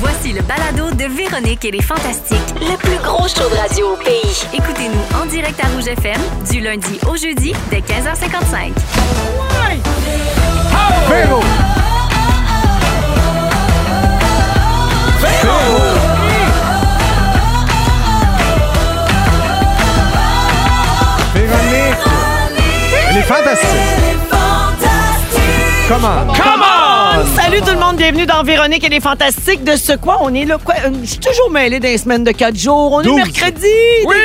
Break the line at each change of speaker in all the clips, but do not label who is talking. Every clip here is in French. Voici le balado de Véronique et les Fantastiques.
Le plus gros show de radio au pays.
Écoutez-nous en direct à Rouge FM du lundi au jeudi dès 15h55.
Véro! Véronique! Elle est fantastique! Comment?
Salut tout le monde, bienvenue dans Véronique et les Fantastiques. De ce quoi on est là? Quoi? Euh, Je suis toujours mêlée des semaines de 4 jours. On
12.
est mercredi! Oui!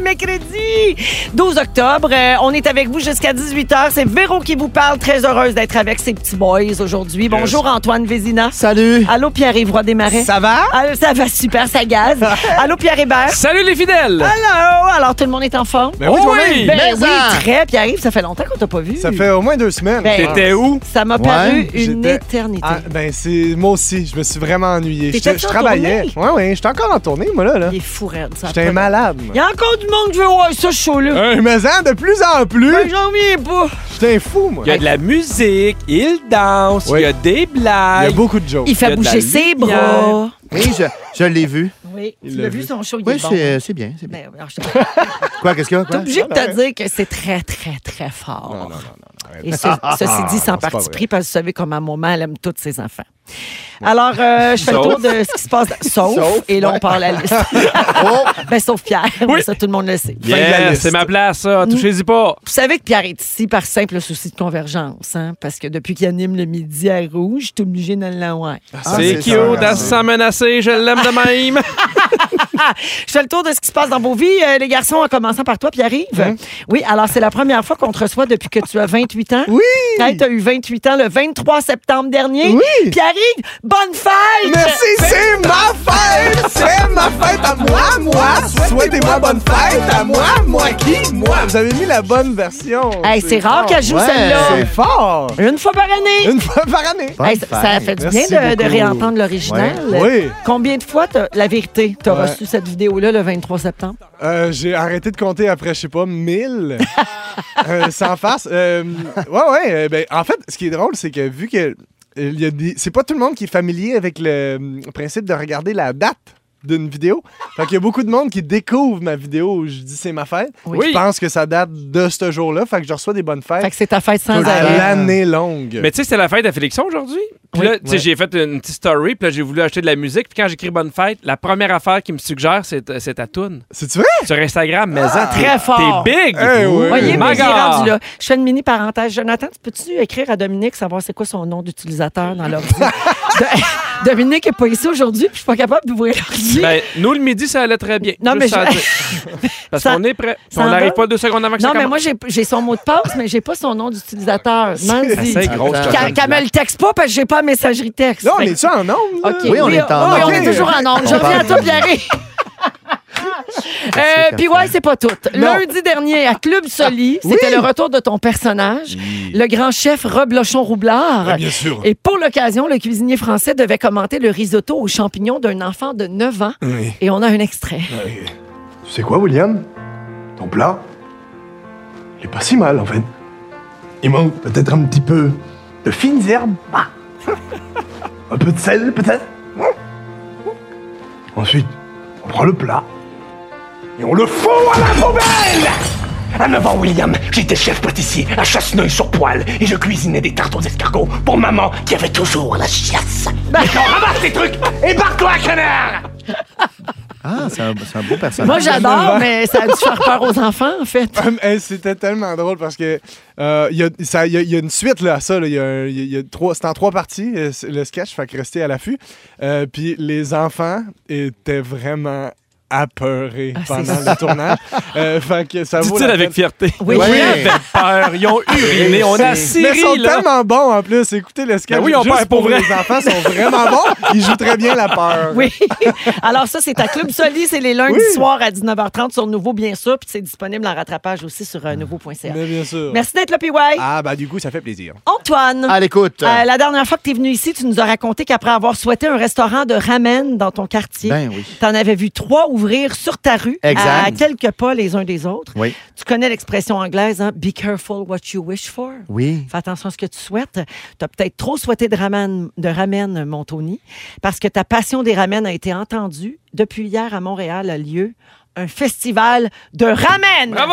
mercredi! 12 octobre, euh, on est avec vous jusqu'à 18h. C'est Véro qui vous parle. Très heureuse d'être avec ces petits boys aujourd'hui. Bonjour Antoine Vézina.
Salut!
Allô Pierre-Yves Roy Desmarais.
Ça va?
Ah, ça va super, ça gaz. Allô Pierre Hébert.
Salut les fidèles!
Allô! Alors tout le monde est en forme?
Ben oui, toi-même.
oui!
Ben oui, très Pierre-Yves, ça fait longtemps qu'on t'a pas vu.
Ça fait au moins deux semaines.
Ben,
T'étais où?
Ça m'a
Ouais,
paru une
j'étais-
éternité.
Ah, ben c'est moi aussi, je me suis vraiment ennuyé. Je,
T'étais-tu
je
en
travaillais. Ouais ouais, j'étais encore en tournée moi là là.
Il est fou, raide, ça.
J'étais un malade. moi.
Il y a encore du monde qui veut voir ça, ce show-là.
Hey, mais en de plus en
Ben,
plus,
J'en reviens pas.
j'étais un fou moi.
Il y a de la musique, il danse, il
Oui.
y a des
Il y a
blagues.
beaucoup de jokes.
Il
Il y
fait
a de la
bouger ses bras.
lumière.
Oui, je, je l'ai vu.
Oui, tu
Il
l'as
l'a
vu,
vu.
son show, il
Oui,
est bon.
c'est c'est bien. c'est bien.
Ben, alors, je Ah, t'ai
Quoi, qu'est-ce qu'il y a? quoi?
obligé de te dire que c'est très, très, très fort. Et ce- ceci dit, sans
c'est pas
parti
vrai.
pris, parce que vous savez comment maman, elle aime tous ses enfants. Alors, euh, je fais le
Sauf.
tour de ce qui se passe. Sauf,
Sauf,
et là, on parle à la liste. ben, sauf Pierre. mais Ça, tout le monde le sait.
Fin de la
Yeah,
liste.
c'est ma place, ça.
Mm.
Touchez-y pas.
Vous savez que Pierre est ici par simple souci de convergence, hein? Parce que depuis qu'il anime le midi à rouge, t'es obligé de l'envoyer.
Ah,
c'est
c'est ça,
cute, à
c'est-
sans menacer, je l'aime de même.
Je fais le tour de ce qui se passe dans vos vies. Euh, les garçons, en commençant par toi, Pierre-Yves.
Hein?
Oui, alors c'est la première fois qu'on te reçoit depuis que tu as 28 ans.
Oui!
Tu as eu 28 ans le 23 septembre dernier.
Oui.
Pierre-Yves, bonne fête!
Merci, c'est ma fête! C'est ma fête à moi, moi! Souhaitez-moi bonne fête à moi, moi qui, moi! Vous avez mis la bonne version.
Hey, c'est rare
fort.
qu'elle joue
Ouais.
C'est
celle-là.
fort!
Une fois par année.
Une fois par année!
Bonne
Hey, ça, ça
fête.
fait du bien
Merci
de- de,
beaucoup.
réentendre l'original.
Ouais. Oui.
Combien de fois, t'as- la vérité, tu as
Ouais.
reçu cette vidéo-là le 23 septembre?
Euh, j'ai arrêté de compter après, je sais pas, 1000. Euh, sans farce. Euh, ouais, ouais. euh, ben, en fait, ce qui est drôle, c'est que vu que. euh, il y a des... C'est pas tout le monde qui est familier avec le euh, principe de regarder la date d'une vidéo. Fait qu'il y a beaucoup de monde qui découvre ma vidéo où je dis c'est ma fête.
Oui.
Je pense que ça date de ce jour-là. Fait que je reçois des bonnes
Fait
fêtes
que c'est ta fête sans
Tout le
à
temps.
arrêt.
l'année longue.
Mais tu sais, c'était la fête à Félixon aujourd'hui. Puis
Oui.
là, tu sais, j'ai fait une petite story, puis là, j'ai voulu acheter de la musique. Puis quand j'écris Bonne fête, la première affaire qui me suggère, c'est euh, c'est ta toune.
C'est-tu vrai?
Sur Instagram, mais en, t'es-
Ah, Très fort.
T'es big!
Eh oui.
Voyez,
My
mais il est
God.
rendu là. Je fais une mini parenthèse. Jonathan, tu peux-tu écrire à Dominique savoir c'est quoi son nom d'utilisateur dans l'ordi? De- Dominique n'est pas ici aujourd'hui, puis je suis pas capable d'ouvrir l'ordi.
Ben, nous, le midi, ça allait très bien.
Non,
Juste
mais
ça
je-
à dire. Parce
Ça-
qu'on est prêt.
ça en
On n'arrive
va?
pas deux secondes avant que
non,
ça
mais
commence.
moi, j'ai- j'ai son mot de passe, mais j'ai pas son nom d'utilisateur. Mandy.
Ah, C'est gros,
Attends.
ce
Qu'elle qu'elle me le texte pas parce que j'ai pas la messagerie texte.
Là, on
Fait que-
est-tu en nombre? là?
OK.
Oui, on est en
Oui, on
onde.
est toujours en onde. Je
On
reviens à
parle.
toi, pierre Euh, Puis ouais, c'est pas tout. Lundi dernier, à Club Soli, c'était le retour de ton personnage, le grand chef Reblochon Roublard.
Bien sûr.
Et pour l'occasion, le cuisinier français devait commenter le risotto aux champignons d'un enfant de 9 ans.
Oui.
Et on a un extrait.
Tu sais quoi, William Ton plat Il est pas si mal, en fait. Il manque peut-être un petit peu de fines herbes. Ah. un peu de sel, peut-être Ensuite, on prend le plat et on le fout à la poubelle
À 9 ans, William, j'étais chef pâtissier à Chasseneuil sur poêle et je cuisinais des tartes aux escargots pour maman qui avait toujours la chiasse. Maintenant, ramasse tes trucs et barre-toi, connard!
Ah, c'est un, c'est un beau personnage.
Moi, j'adore, mais ça a dû faire peur aux enfants, en fait.
Hum, hey, C'était tellement drôle parce que euh, il y, a, ça- il y a- il y a une suite là, à ça. là. Il y a un- il y a- il y a trois- C'est en trois parties, euh, c'est- le sketch, fait que restez à l'affût. Euh, Puis les enfants étaient vraiment apeurés
Ah, c'est
pendant
ça.
le tournage. Euh, fait que ça vaut
Dit-il
la
avec
peine.
fierté.
Oui.
Ils
Oui.
avaient peur, ils ont uriné, on a
Mais ils sont
serré, là.
tellement bons en plus. Écoutez le sketch.
Ben oui, on
juste
perd pour vrai.
Les enfants sont vraiment bons. Ils jouent très bien la peur.
Oui. Alors ça, c'est à Club Soli. C'est les lundis
Oui.
soirs à 19h30 sur Nouveau, bien sûr. Puis c'est disponible en rattrapage aussi sur euh, nouveau.ca.
Mais bien sûr.
Merci d'être là, PY.
Ah, bah du coup, ça fait plaisir.
Antoine.
À l'écoute.
euh, la dernière fois que tu es venu ici, tu nous as raconté qu'après avoir souhaité un restaurant de ramen dans ton quartier,
Ben oui.
tu en avais vu trois ou ouvrir sur ta rue,
Exact.
à quelques pas les uns des autres.
Oui.
Tu connais l'expression anglaise, hein? Be careful what you wish for.
Oui.
Fais attention à ce que tu souhaites. Tu as peut-être trop souhaité de ramen, de ramen, mon Tony, parce que ta passion des ramen a été entendue. Depuis hier, à Montréal, a lieu un festival de ramen.
Bravo!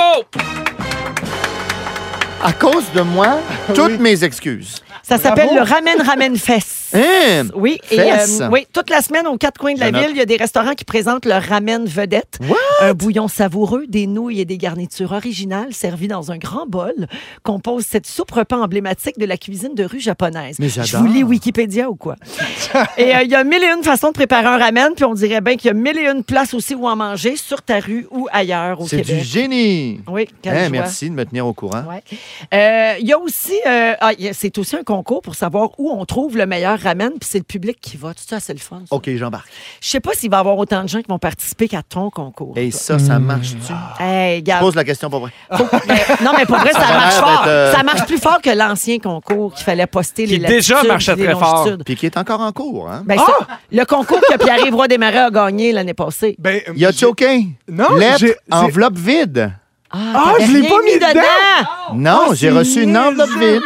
À cause de moi,
Ah
toutes mes excuses.
Ça s'appelle le Ramen Ramen Fest.
Hein?
Oui, et
Fesse.
euh, oui, toute la semaine aux quatre coins de la
Je note.
ville, il y a des restaurants qui présentent leur ramen vedette,
What?
un bouillon savoureux, des nouilles et des garnitures originales servies dans un grand bol compose cette soupe repas emblématique de la cuisine de rue japonaise.
Mais
Je
j'adore.
vous lis Wikipédia ou quoi Et euh, il y a mille et une façons de préparer un ramen, puis on dirait bien qu'il y a mille et une places aussi où en manger sur ta rue ou ailleurs au
C'est
Québec.
du génie.
Oui, quelle
Hein,
joie.
merci de me tenir au courant.
Ouais. Euh, Il y a aussi, euh, ah, il y a- c'est aussi un concours pour savoir où on trouve le meilleur ramen, puis c'est le public qui vote. Ça, c'est le fun. ça.
OK, j'embarque.
Je sais pas s'il va y avoir autant de gens qui vont participer qu'à ton concours. toi.
Et
Mmh. Ah.
ça, ça marche-tu?
Hey,
Je
garde.
Pose la question pour vrai.
Faut- mais- non, mais pour vrai, ça,
Ça a
marche
l'air
fort.
d'être, euh,
Ça marche plus fort que l'ancien concours qu'il fallait poster les
Qui déjà
latitudes
marchait
puis les
très fort.
longitudes.
Puis qui est encore en cours. Hein?
Ben, ça,
Ah!
le concours que Pierre-Yves Roy Desmarais a gagné l'année passée.
Ben, euh,
Y a-tu
j'ai-
aucun?
Non,
Lettre,
j'ai- c'est-
enveloppe vide.
Ah, je l'ai
Rien
pas mis dedans!
Non,
Oh,
Ah,
j'ai
c'est
reçu une
niaiseux.
enveloppe vide.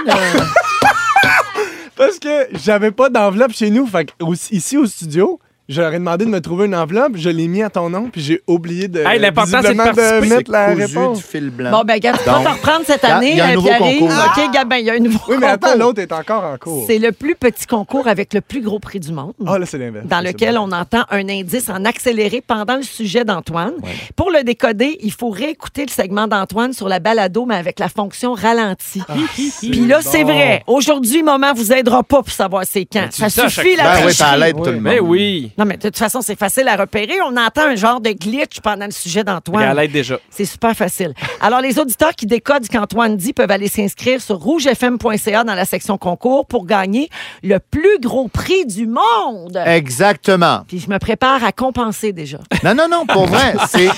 Parce que j'avais pas d'enveloppe chez nous. Fait que, au- ici au studio, je leur ai demandé de me trouver une enveloppe, je l'ai mis à ton nom, puis j'ai oublié de,
Hey, l'important, c'est de
visiblement
participer.
mettre la
cousu
réponse.
du fil blanc.
Bon, ben, regarde, tu vas
Donc,
te reprendre cette
y a-
année,
y a un
euh,
nouveau
Pierre-Yves.
concours.
OK, Gabin, il y a un nouveau
Oui, mais attends,
concours.
l'autre est encore en cours.
C'est le plus petit concours avec le plus gros prix du monde.
Ah, là, c'est l'inverse.
dans lequel on entend un indice en accéléré pendant le sujet d'Antoine. Pour le décoder, il faut réécouter le segment d'Antoine sur la balado, mais avec la fonction ralenti.
Ah,
Ah,
Puis là, c'est vrai. Aujourd'hui, Maman vous aidera pas pour savoir c'est quand.
tu
Ça
dis ça à
suffit
chaque
la
ben oui,
tricherie.
ça l'aide tout le monde.
Mais oui!
Non, mais de toute façon, c'est facile à repérer. On entend un genre de glitch pendant le sujet
Mais elle
d'Antoine.
l'aide déjà.
C'est super facile. Alors, les auditeurs qui décodent ce qu'Antoine dit peuvent aller s'inscrire sur rougefm.ca dans la section concours pour gagner le plus gros prix du monde.
Exactement.
Puis je me prépare à compenser déjà.
Non, non, non, pour vrai, c'est-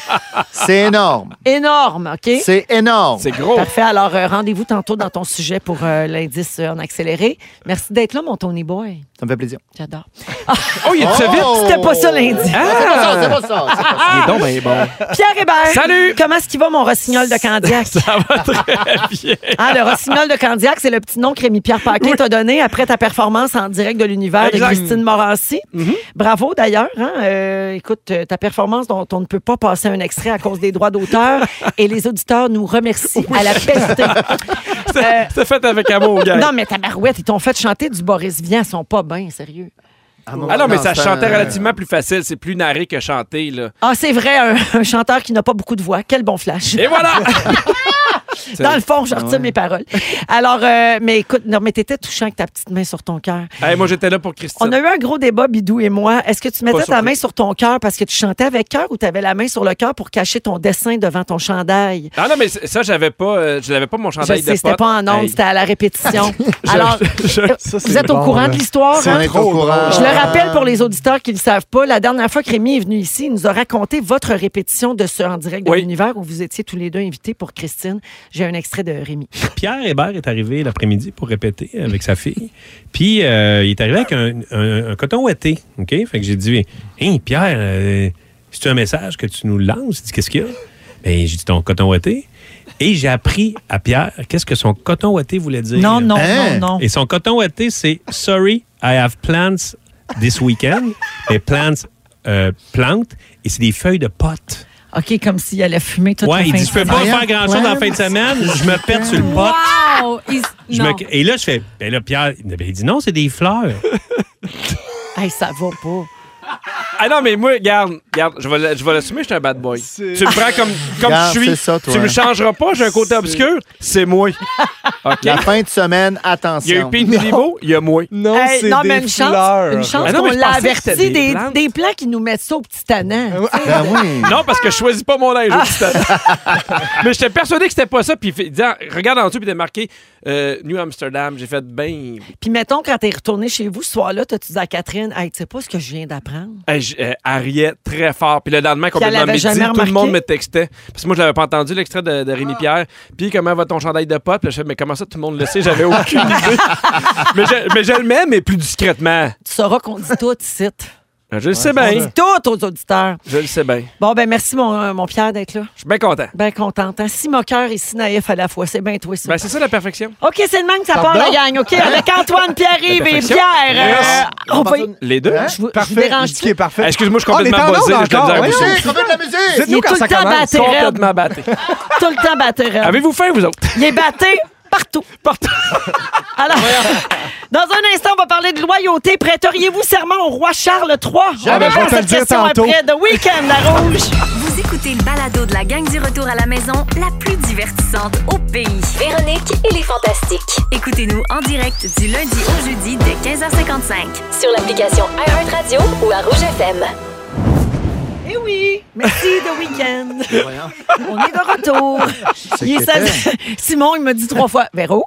c'est énorme.
Énorme, OK?
C'est énorme.
C'est gros.
Parfait. Alors, euh, rendez-vous tantôt dans ton sujet pour euh, l'indice euh, en accéléré. Merci d'être là, mon Tony Boy.
Ça me fait plaisir.
J'adore.
Oh, il est
Oh!
vite!
C'était pas ça l'indice.
Ah! C'est pas ça, c'est pas ça. c'est pas ça.
Il est donc ben bon.
Pierre Hébert.
Salut!
Comment est-ce qu'il va, mon rossignol de Candiac?
Ça va très bien.
Ah, le rossignol de Candiac, c'est le petit nom que Rémi-Pierre Paquet t'a donné après ta performance en direct de l'univers de
Exact.
Christine Morancy. Bravo, d'ailleurs. hein. Euh, écoute, euh, ta performance dont on ne peut pas passer un extrait à cause des droits d'auteur et les auditeurs nous remercient à la peste. Euh,
C'est fait avec amour, gars.
Non, mais ta marouette, ils t'ont fait chanter du Boris Vian. Ils sont pas bien, sérieux.
À un moment
Ah non, mais ça
donné,
chantait
euh,
relativement plus facile. C'est plus narré que chanter, là.
Ah, c'est vrai, un, un chanteur qui n'a pas beaucoup de voix. Quel bon flash.
Et voilà!
Dans le fond, je retire mes paroles. Alors, euh, mais écoute, non, mais t'étais touchant avec ta petite main sur ton cœur.
Hey, moi, j'étais là pour Christine.
On a eu un gros débat, Bidou et moi. Est-ce que tu mettais ta
surpris.
main sur ton cœur parce que tu chantais avec cœur ou tu avais la main sur le cœur pour cacher ton dessin devant ton chandail?
Ah non, mais c- ça, j'avais pas, euh, je l'avais pas mon
Je
chandail de
sais, c'était
pote.
pas en ondes,
Hey.
c'était à la répétition. Alors,
Ça, c'est
vous êtes
bon,
au courant
là.
de l'histoire?
C'est
hein?
On est
Trop
au courant.
Je le
Ah.
rappelle pour les auditeurs qui ne le savent pas, la dernière fois que Rémi est venu ici, il nous a raconté votre répétition de ce En direct de
Oui.
l'univers où vous étiez tous les deux invités pour Christine. J'ai un extrait de Rémi.
Pierre Hébert est arrivé l'après-midi pour répéter avec sa fille. Puis euh, il est arrivé avec un, un- un coton ouaté. OK? Fait que j'ai dit Hey, Pierre, euh, c'est-tu un message que tu nous lances? Il dit Qu'est-ce qu'il y a? Ben, j'ai dit ton coton ouaté. Et j'ai appris à Pierre qu'est-ce que son coton ouaté voulait dire.
non, Hein? non,
Et son coton ouaté, c'est Sorry, I have plants this weekend. Mais plants, euh, plantes, et c'est des feuilles de potes.
OK, comme s'il allait fumer toute
Ouais, il dit, je peux pas
semaine.
faire grand-chose en fin de semaine, je me pète sur le pot.
Wow! Is-
Je
non.
me- Et là, je fais, ben là, Pierre, ben, il dit non, c'est des fleurs.
Hey, ça va pas.
Ah non, mais moi, garde, garde, je vais le- je vais l'assumer, je suis un bad boy. Tu
C'est-
me prends comme, comme
Garde,
je
c'est
suis.
ça, toi.
tu me changeras pas, j'ai un côté obscur, c'est moi. OK?
La fin de semaine,
Il y a eu
attention.
Pink Niveau, il y a moi.
Non,
Hey,
c'est
non,
des
mais une chance,
fleurs.
une chance
Ah non,
qu'on
mais je
l'a
pensais que
averti
c'était
des,
des plantes.
des plans qui nous mettent ça au petit anant.
Ben oui.
Non, parce que je choisis pas mon linge. au petit temps. mais j'étais persuadé que c'était pas ça. Puis il dit, ah, regarde en dessous, puis t'es marqué euh, New Amsterdam. J'ai fait ben.
Puis mettons, quand t'es retourné chez vous ce soir-là, t'as-tu dit à Catherine, hey, tu sais pas ce que je viens d'apprendre?
Hey, j- euh, elle riait très fort. Puis le lendemain, complètement
l'avait
midi,
jamais
tout
remarqué?
le monde me textait. Parce que moi, je l'avais pas entendu, l'extrait de, de Rémi Pierre. Puis comment va ton chandail de pote? Puis là, je fais, mais comment ça, tout le monde le sait? J'avais aucune idée. mais, je, mais je le mets, mais plus discrètement.
Tu sauras qu'on dit tout, ici.
Je le sais bien.
Tout aux auditeurs.
Je le sais bien.
Bon, ben merci, mon, euh, mon Pierre, d'être là.
Je suis bien content.
Bien contente. hein. Si moqueur et si naïf à la fois, c'est bien toi, ça.
Ben, c'est ça la perfection.
OK, c'est le même que ça part, la gang, OK? Avec Antoine, Pierre-Yves et
Perfection.
Pierre. euh,
Yes.
on va y-
Les deux.
Hein?
Je vous, je vous
Parfait.
dérange
Il dit qu'il est parfait.
Excuse-moi, je suis
Ah, les
complètement
tendances
buzzé, j'ai de la
encore,
misère à
ouais.
pousser.
Hey, crevez de la musique!
Il est
Dites-nous quand
tout le
ça
temps
commence.
batté raide.
Complètement Ah, batté.
Tout le temps batté raide.
Avez-vous faim, vous autres?
Il est batté partout. Partout. Alors, dans un instant, on va parler de loyauté. Prêteriez-vous serment au roi Charles III?
Ah, ben, je vais te le
cette
dire
question
tantôt.
après The Weekend, la rouge.
Vous écoutez le balado de la gang du retour à la maison, la plus divertissante au pays.
Véronique et les Fantastiques.
Écoutez-nous en direct du lundi au jeudi dès 15h55.
Sur l'application iHeartRadio ou à Rouge FM.
Eh oui, merci The Weekend.
Voyons.
On est de retour. Il est
qu'était.
sept- Simon, il me dit trois fois Véro,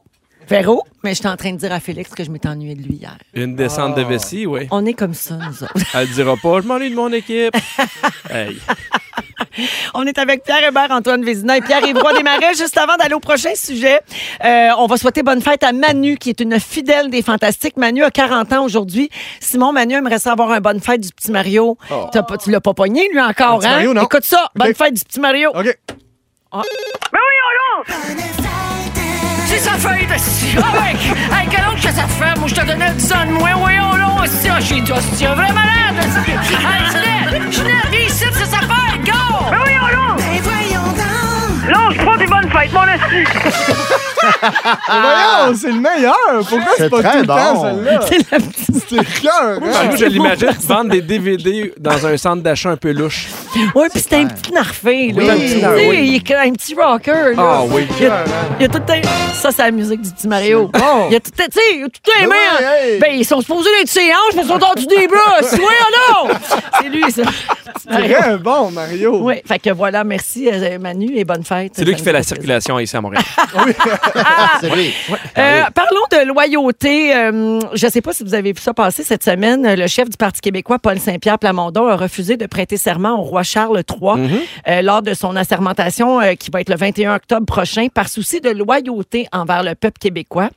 Véro, mais j'étais en train de dire à Félix que je m'étais ennuyée de lui hier.
Une descente de vessie, oui.
On est comme ça, nous autres.
Elle dira pas, je m'ennuie de mon équipe. Hey.
On est avec Pierre Hébert, Antoine Vézina et Pierre Évroy Desmarais. Juste avant d'aller au prochain sujet, euh, on va souhaiter bonne fête à Manu, qui est une fidèle des Fantastiques. Manu a 40 ans aujourd'hui. Simon, Manu aimerait ça avoir un bonne fête du petit Mario. T'as pas- tu l'as pas pogné, lui, encore,
Oh. petit
hein?
Mario, non.
Écoute ça, bonne
Ok.
fête du petit Mario.
OK.
C'est sa fête, hostie. Ah ouais! Hey, quel oncle que ça te fait? Moi, je te donnais 10 ans de moins. Voyons, là, hostie. Ah, j'ai dit, hostie, un vrai malade, hostie. Hey, Ginette! Ginette, viens ici, c'est sa fête, go! Ben voyons, là! Ben voyons, là! Longe pas des bonnes fêtes, mon hostie.
Ah.
Voyons, c'est le meilleur. Pourquoi
C'est
c'est pas
très
tout le temps,
bon.
celle-là?
C'est la petite-
C'est le cœur,
Ah,
hein?
Moi, je l'imagine vendre des DVD dans un centre d'achat un peu louche.
Oui, puis c'était un petit narfé, là.
Oui, un
Tu
petit
sais,
narfé.
il est un petit rocker, là.
Ah oui.
Il y a, il y a tout le temps- Ça, c'est la musique du petit Mario. Il y a tout le temps- tu sais, il y a tout le temps les
Ben
mains,
oui, hey.
Ben, ils sont supposés d'être ses hanches, mais ils sont tordus des bras. C'est vrai ou non? C'est lui, ça. Petit
C'est
Mario.
très bon, Mario.
Oui, fait que voilà, merci euh, Manu et bonne fête.
C'est lui qui fait la circulation ici à Montréal.
Ah,
Ah,
C'est lui.
Euh, parlons de loyauté. Euh, je ne sais pas si vous avez vu ça passer cette semaine. Euh, Le chef du Parti québécois, Paul Saint-Pierre Plamondon, a refusé de prêter serment au roi Charles III euh, lors de son assermentation euh, qui va être le 21 octobre prochain par souci de loyauté envers le peuple québécois.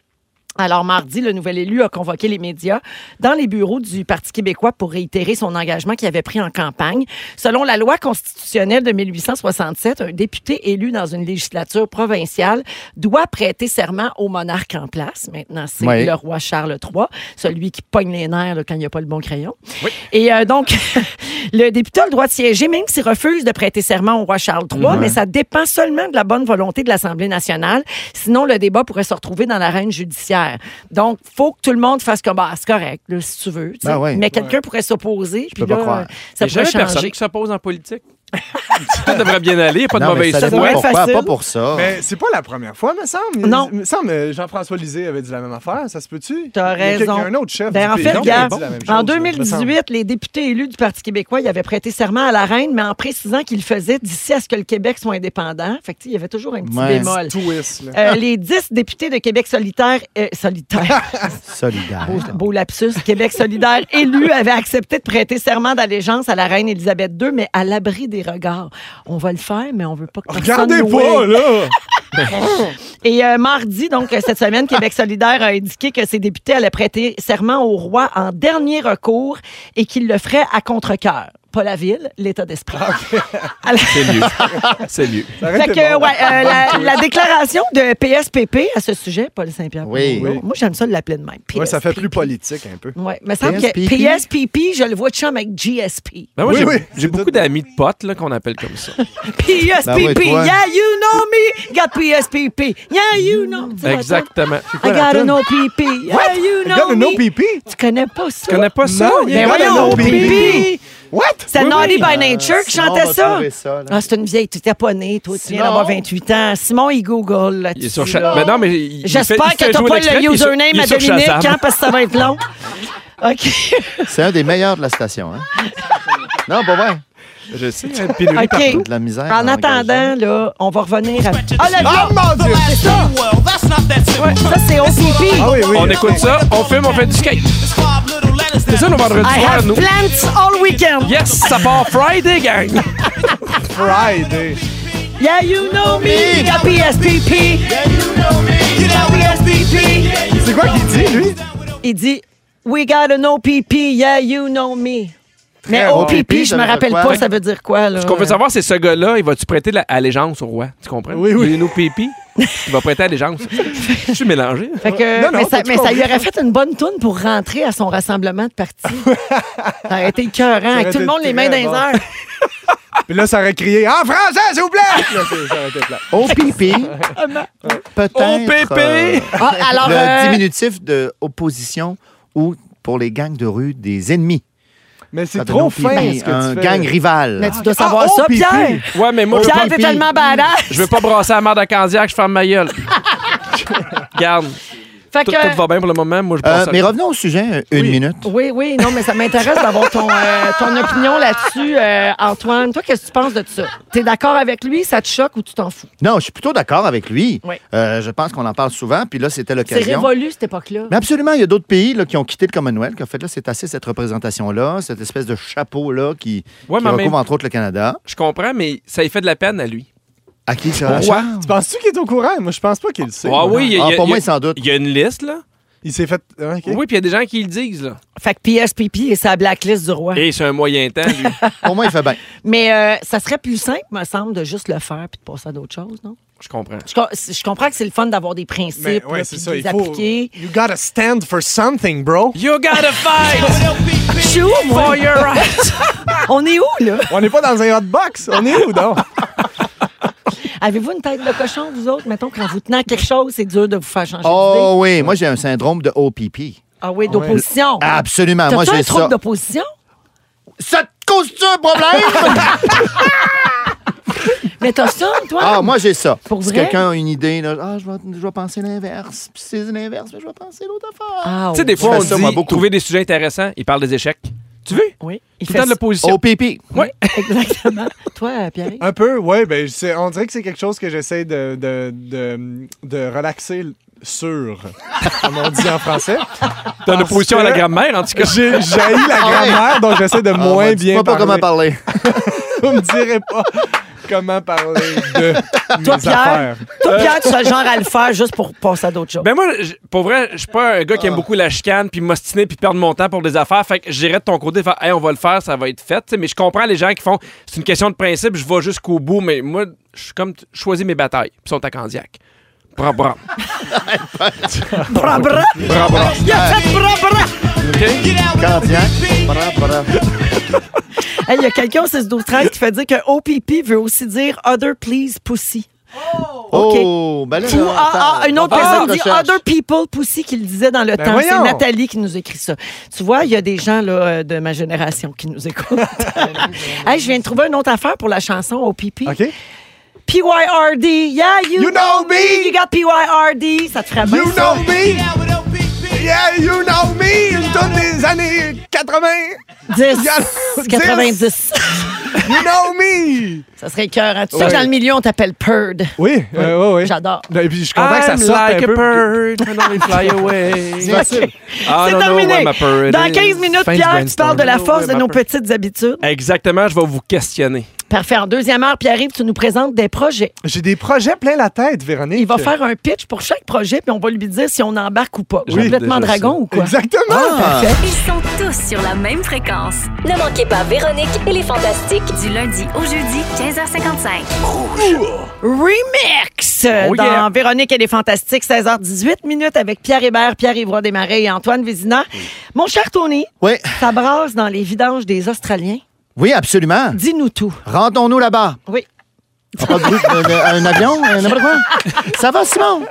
Alors, mardi, le nouvel élu a convoqué les médias dans les bureaux du Parti québécois pour réitérer son engagement qu'il avait pris en campagne. Selon la loi constitutionnelle de 1867, un député élu dans une législature provinciale doit prêter serment au monarque en place. Maintenant, c'est
Oui.
le roi Charles III, celui qui pogne les nerfs là, quand il n'y a pas le bon crayon. Et euh, donc, le député a le droit de siéger, même s'il refuse de prêter serment au roi Charles III, mais ça dépend seulement de la bonne volonté de l'Assemblée nationale. Sinon, le débat pourrait se retrouver dans l'arène judiciaire. Donc, faut que tout le monde fasse comme, bah, c'est correct, là, si tu veux. tu sais.
Ben oui.
Mais quelqu'un pourrait s'opposer. puis
peux pas
là,
croire.
euh,
Il
Ça
n'y a
pourrait
jamais personne
changer.
qui s'oppose en politique. Tout devrait bien aller, pas de
Non, mais
mauvaise foi.
ça
dépend.
pourquoi,
doit être facile.
pas pour ça.
Mais c'est pas la première fois, me semble. Il-
Non.
Me semble, euh, Jean-François Lisée avait dit la même affaire. Ça se peut-tu?
T'as
Il y a
raison.
quelqu'un- un autre chef.
Ben,
du
en
pays
fait,
qui avait
regarde,
dit la même chose,
En
me semble.
2018, les députés élus du Parti québécois, ils avaient prêté serment à la reine, mais en précisant qu'ils le faisaient d'ici à ce que le Québec soit indépendant. Fait que, tu sais, il y avait toujours un petit
Ouais.
bémol.
Twist, là.
Euh, les 10 députés de Québec solitaire, euh, solitaire,
Solidaire.
beau, beau lapsus, Québec solidaire élu avait accepté de prêter serment d'allégeance à la reine Élisabeth II, mais à l'abri des regards. On va le faire, mais on veut pas que personne
Oh, Regardez
nous
pas,
hait.
là!
Et euh, mardi, donc, euh, cette semaine, Québec solidaire a indiqué que ses députés allaient prêter serment au roi en dernier recours et qu'ils le feraient à contre-cœur. Pas la ville, l'état d'esprit.
Ah,
Alors-
C'est mieux. C'est mieux.
Ça aurait
Fait
été
que,
bon.
ouais, euh, la, la déclaration de PSPP à ce sujet, Paul Saint-Pierre.
Oui.
Plamondon. Moi, j'aime ça de l'appeler de même.
Ouais, ça fait
PSPP.
plus politique un peu.
Oui, mais semble que
PSPP.
PSPP, je le vois de chum avec GSP.
Ben, moi,
Oui,
j'ai-
oui,
j'ai beaucoup d'amis de potes là, qu'on appelle comme ça.
PSPP,
Ben ouais, toi.
yeah, you know me. Got PSPP, yeah, you know. Tu sais,
Exactement.
I gotta know PP, yeah, you know
Regarde
me.
le no pipi!
Tu connais pas ça?
Tu connais pas ça?
Non,
il y
Ben
a-
you gotta
voyons,
know
PP.
PP. What?
C'est
Oui,
Naughty
oui.
by Nature qui
Ah, Simon
chantait
va
ça.
trouver ça, là.
Ah, c'est une vieille, tu t'es pas née, toi, tu viens d'avoir 28 ans. Simon, il google. là-dessus,
Il est sur cha-
là.
Ben non, mais il- il
J'espère
fait- il fait
que t'as
jouer
pas
l'extrait,
le
puis il est sur-
username
il est
à
sur
Dominique,
Shazam.
hein, parce que ça va être long. OK.
C'est un des meilleurs de la station. Hein? non, pas vrai.
Je sais, il y a une pénurie partout.
OK.
De la misère.
En attendant, là, on va revenir à. Ah, le
Ah, mon Dieu!
Ah,
Ouais, ça, c'est OCP.
Ah oui, oui.
On écoute ça, on filme, on fait du skate. C'est ça, nos vendredis
I
soirs,
have
nous.
plants all weekend.
Yes, ça part Friday, gang!
Friday.
Yeah, you know me. Got PSPP.
C'est quoi qu'il dit, lui?
Il dit, We gotta know PP. Yeah, you know me. Mais
au
OPP, je me rappelle pas, ça veut dire quoi. Là.
Ce qu'on veut savoir, c'est ce gars-là, il va-tu prêter la- allégeance au roi? Tu comprends?
Oui, oui.
Il est nos pipi. Il va prêter allégeance. Je suis mélangé.
Fait que-
Non, non,
mais ça,
t'as-tu
mais ça lui
compris?
aurait fait une bonne toune pour rentrer à son rassemblement de parti. ça aurait été
Ça
écœurant,
aurait
avec tout le
été
monde les mains
très
dans les
bon.
airs.
Puis là, ça aurait crié En français, s'il vous plaît! Là, c'est- ça aurait été plat.
Au pipi, peut-être.
pépé!
Ah, alors,
le
euh,
diminutif de opposition ou pour les gangs de rue des ennemis.
Mais c'est
Ça donne
trop
au
fin, hein,
pipi,
ce que
un
tu fais.
gang rival.
mais tu dois savoir
Ah,
ça,
OPP.
Pierre.
Ouais, mais moi, je veux
Pierre,
pas-
t'es tellement badass.
je veux pas brasser la merde à Candiac, je ferme ma gueule. Garde,
Fait
tout,
que-
tout va bien pour le moment. Moi, je
Ah,
Euh,
brasse la-
mais revenons au sujet, euh, une minute.
Oui, oui, non, mais ça m'intéresse d'avoir ton, euh, ton opinion là-dessus, euh, Antoine. Toi, qu'est-ce que tu penses de ça? T'es d'accord avec lui? Ça te choque ou tu t'en fous?
Non, je suis plutôt d'accord avec lui.
Oui.
Euh, je pense qu'on en parle souvent, puis là, c'était
C'est
l'occasion.
révolu, cette époque-là.
Mais absolument, il y a d'autres pays là, qui ont quitté le Commonwealth. qui, En fait, là, c'est assez cette représentation-là, cette espèce de chapeau-là qui,
Ouais,
qui
mais en
recouvre
même-
entre autres le Canada.
Je comprends, mais ça lui fait de la peine à lui.
À qui ça
Au roi.
Tu penses-tu qu'il est au courant? Moi, je pense pas qu'il le sait.
Ah oui, il y a-
Ah,
il y a-
pour
il y a-
moi, sans doute.
Il y a une liste, là.
Il s'est fait. Ah, ok.
Oui, puis il y a des gens qui le disent, là.
Fait que PSPP et sa blacklist du roi.
Et c'est un moyen temps, lui.
Pour moi, il fait bien.
Mais euh, ça serait plus simple, me semble, de juste le faire puis de passer à d'autres choses, non?
Je comprends.
Je, co- je comprends que c'est le fun d'avoir des principes,
Mais
là,
Ben, ouais, c'est
puis
ça.
de
Il
les
faut.
appliquer.
You gotta stand for something, bro.
You gotta fight
Je suis où, moi?
for your rights.
On est où, là?
On n'est pas dans un hotbox. On est où, donc?
Avez-vous une tête de cochon, vous autres? Mettons qu'en vous tenant quelque chose, c'est dur de vous faire changer d'idée.
Oh oui, moi, j'ai un syndrome de OPP.
Ah oui, d'opposition.
Absolument, Ah, moi,
T'as-tu un
j'ai ça.
trouble d'opposition?
Ça te cause-tu un problème?
Mais t'as ça, toi?
ah, moi, j'ai ça.
Pour
si
vrai?
quelqu'un a une idée, là, ah, je, vais, je vais penser l'inverse. Puis si c'est l'inverse, mais je vais penser l'autre affaire.
Ah,
tu sais, des fois,
fais
on
ça,
dit
moi, beaucoup.
trouver des sujets intéressants. Il parle des échecs. Tu veux?
oui. Il
Tout
fait
le temps de
ça. Oh.
l'opposition.
OPP.
Exactement. Toi, Pierre.
Un peu, oui. Ben, c'est- on dirait que c'est quelque chose que j'essaie de, de, de, de relaxer l- sur, comme on dit en français.
T'as une
Parce
opposition à la
que-
grammaire, en tout cas.
J'ai jailli la
Ah ouais.
grammaire, donc j'essaie de
Ah,
moins
moi,
bien
Dis-moi pas comment
parler.
parler.
Vous me direz pas comment parler de
Toi,
mes
Pierre.
affaires.
Euh.
Toi, Pierre, tu as le genre à le faire juste pour passer à d'autres choses.
Ben moi, je- pour vrai, je suis pas un gars qui aime beaucoup la chicane, puis m'ostiner, puis perdre mon temps pour des affaires. Fait que j'irais de ton côté, faire, hey, on va le faire, ça va être fait. Tu sais, mais je comprends les gens qui font, c'est une question de principe, je vais jusqu'au bout, mais moi, je suis comme, je choisis mes batailles, puis ils sont à Candiac. Bra, bra. Ben,
Bra, bra.
Bra, bra.
Il a fait bra, bra.
Candiac. Bra, bra.
Hey, Il y a quelqu'un au 6 12 13 qui fait dire que OPP veut aussi dire Other Please Pussy.
Oh, ben là,
Ou
là,
ah, ah,
attends.
une autre
On va faire
personne
une
dit
recherche.
Other People Pussy qui le disait dans le
Ben
temps. C'est
voyons.
Nathalie qui nous écrit ça. Tu vois, il y a des gens là, euh, de ma génération qui nous écoutent. hey, je viens de trouver une autre affaire pour la chanson OPP.
OK?
PYRD. Yeah, you,
You know me.
You got PYRD. Ça te ferait bien.
You
ça.
know me! Yeah, you know me! Une tonne des années 80!
10,
Yes.
90.
You know me!
ça serait cœur. Tu sais que dans le milieu, on t'appelle Purd.
Oui, euh, ouais, ouais.
J'adore.
Ben, Et puis je suis content que ça sorte
like
un
a
peu.
bird, when I fly away. Ah,
C'est facile.
I
C'est
don't know
terminé.
where my bird
Dans
is.
15 minutes,
Faint
Pierre, tu
brainstorm.
parles de la
I don't know
force de
where my
nos
bird-
petites habitudes.
Exactement, je vais vous questionner.
Parfait. En deuxième heure, Pierre-Yves, tu nous présentes des projets.
J'ai des projets plein la tête, Véronique.
Il va faire un pitch pour chaque projet, puis on va lui dire si on embarque ou pas.
Oui,
Complètement
déjà
dragon
ça.
ou quoi?
Exactement!
Ah.
Ils sont tous sur la même fréquence.
Ne manquez pas Véronique et les Fantastiques.
Du lundi au jeudi, 15h55.
Remix
Oh
dans
yeah.
Véronique et les Fantastiques, 16h18 minutes avec Pierre Hébert, Pierre-Yves Roy Desmarais et Antoine Vézina. Mon cher Tony,
Oui,
ça brasse dans les vidanges des Australiens.
oui, absolument.
Dis-nous tout.
Rendons-nous là-bas.
Oui.
Ah, pas de bruit, euh, de- un avion, euh, n'importe quoi. Ça va, Simon?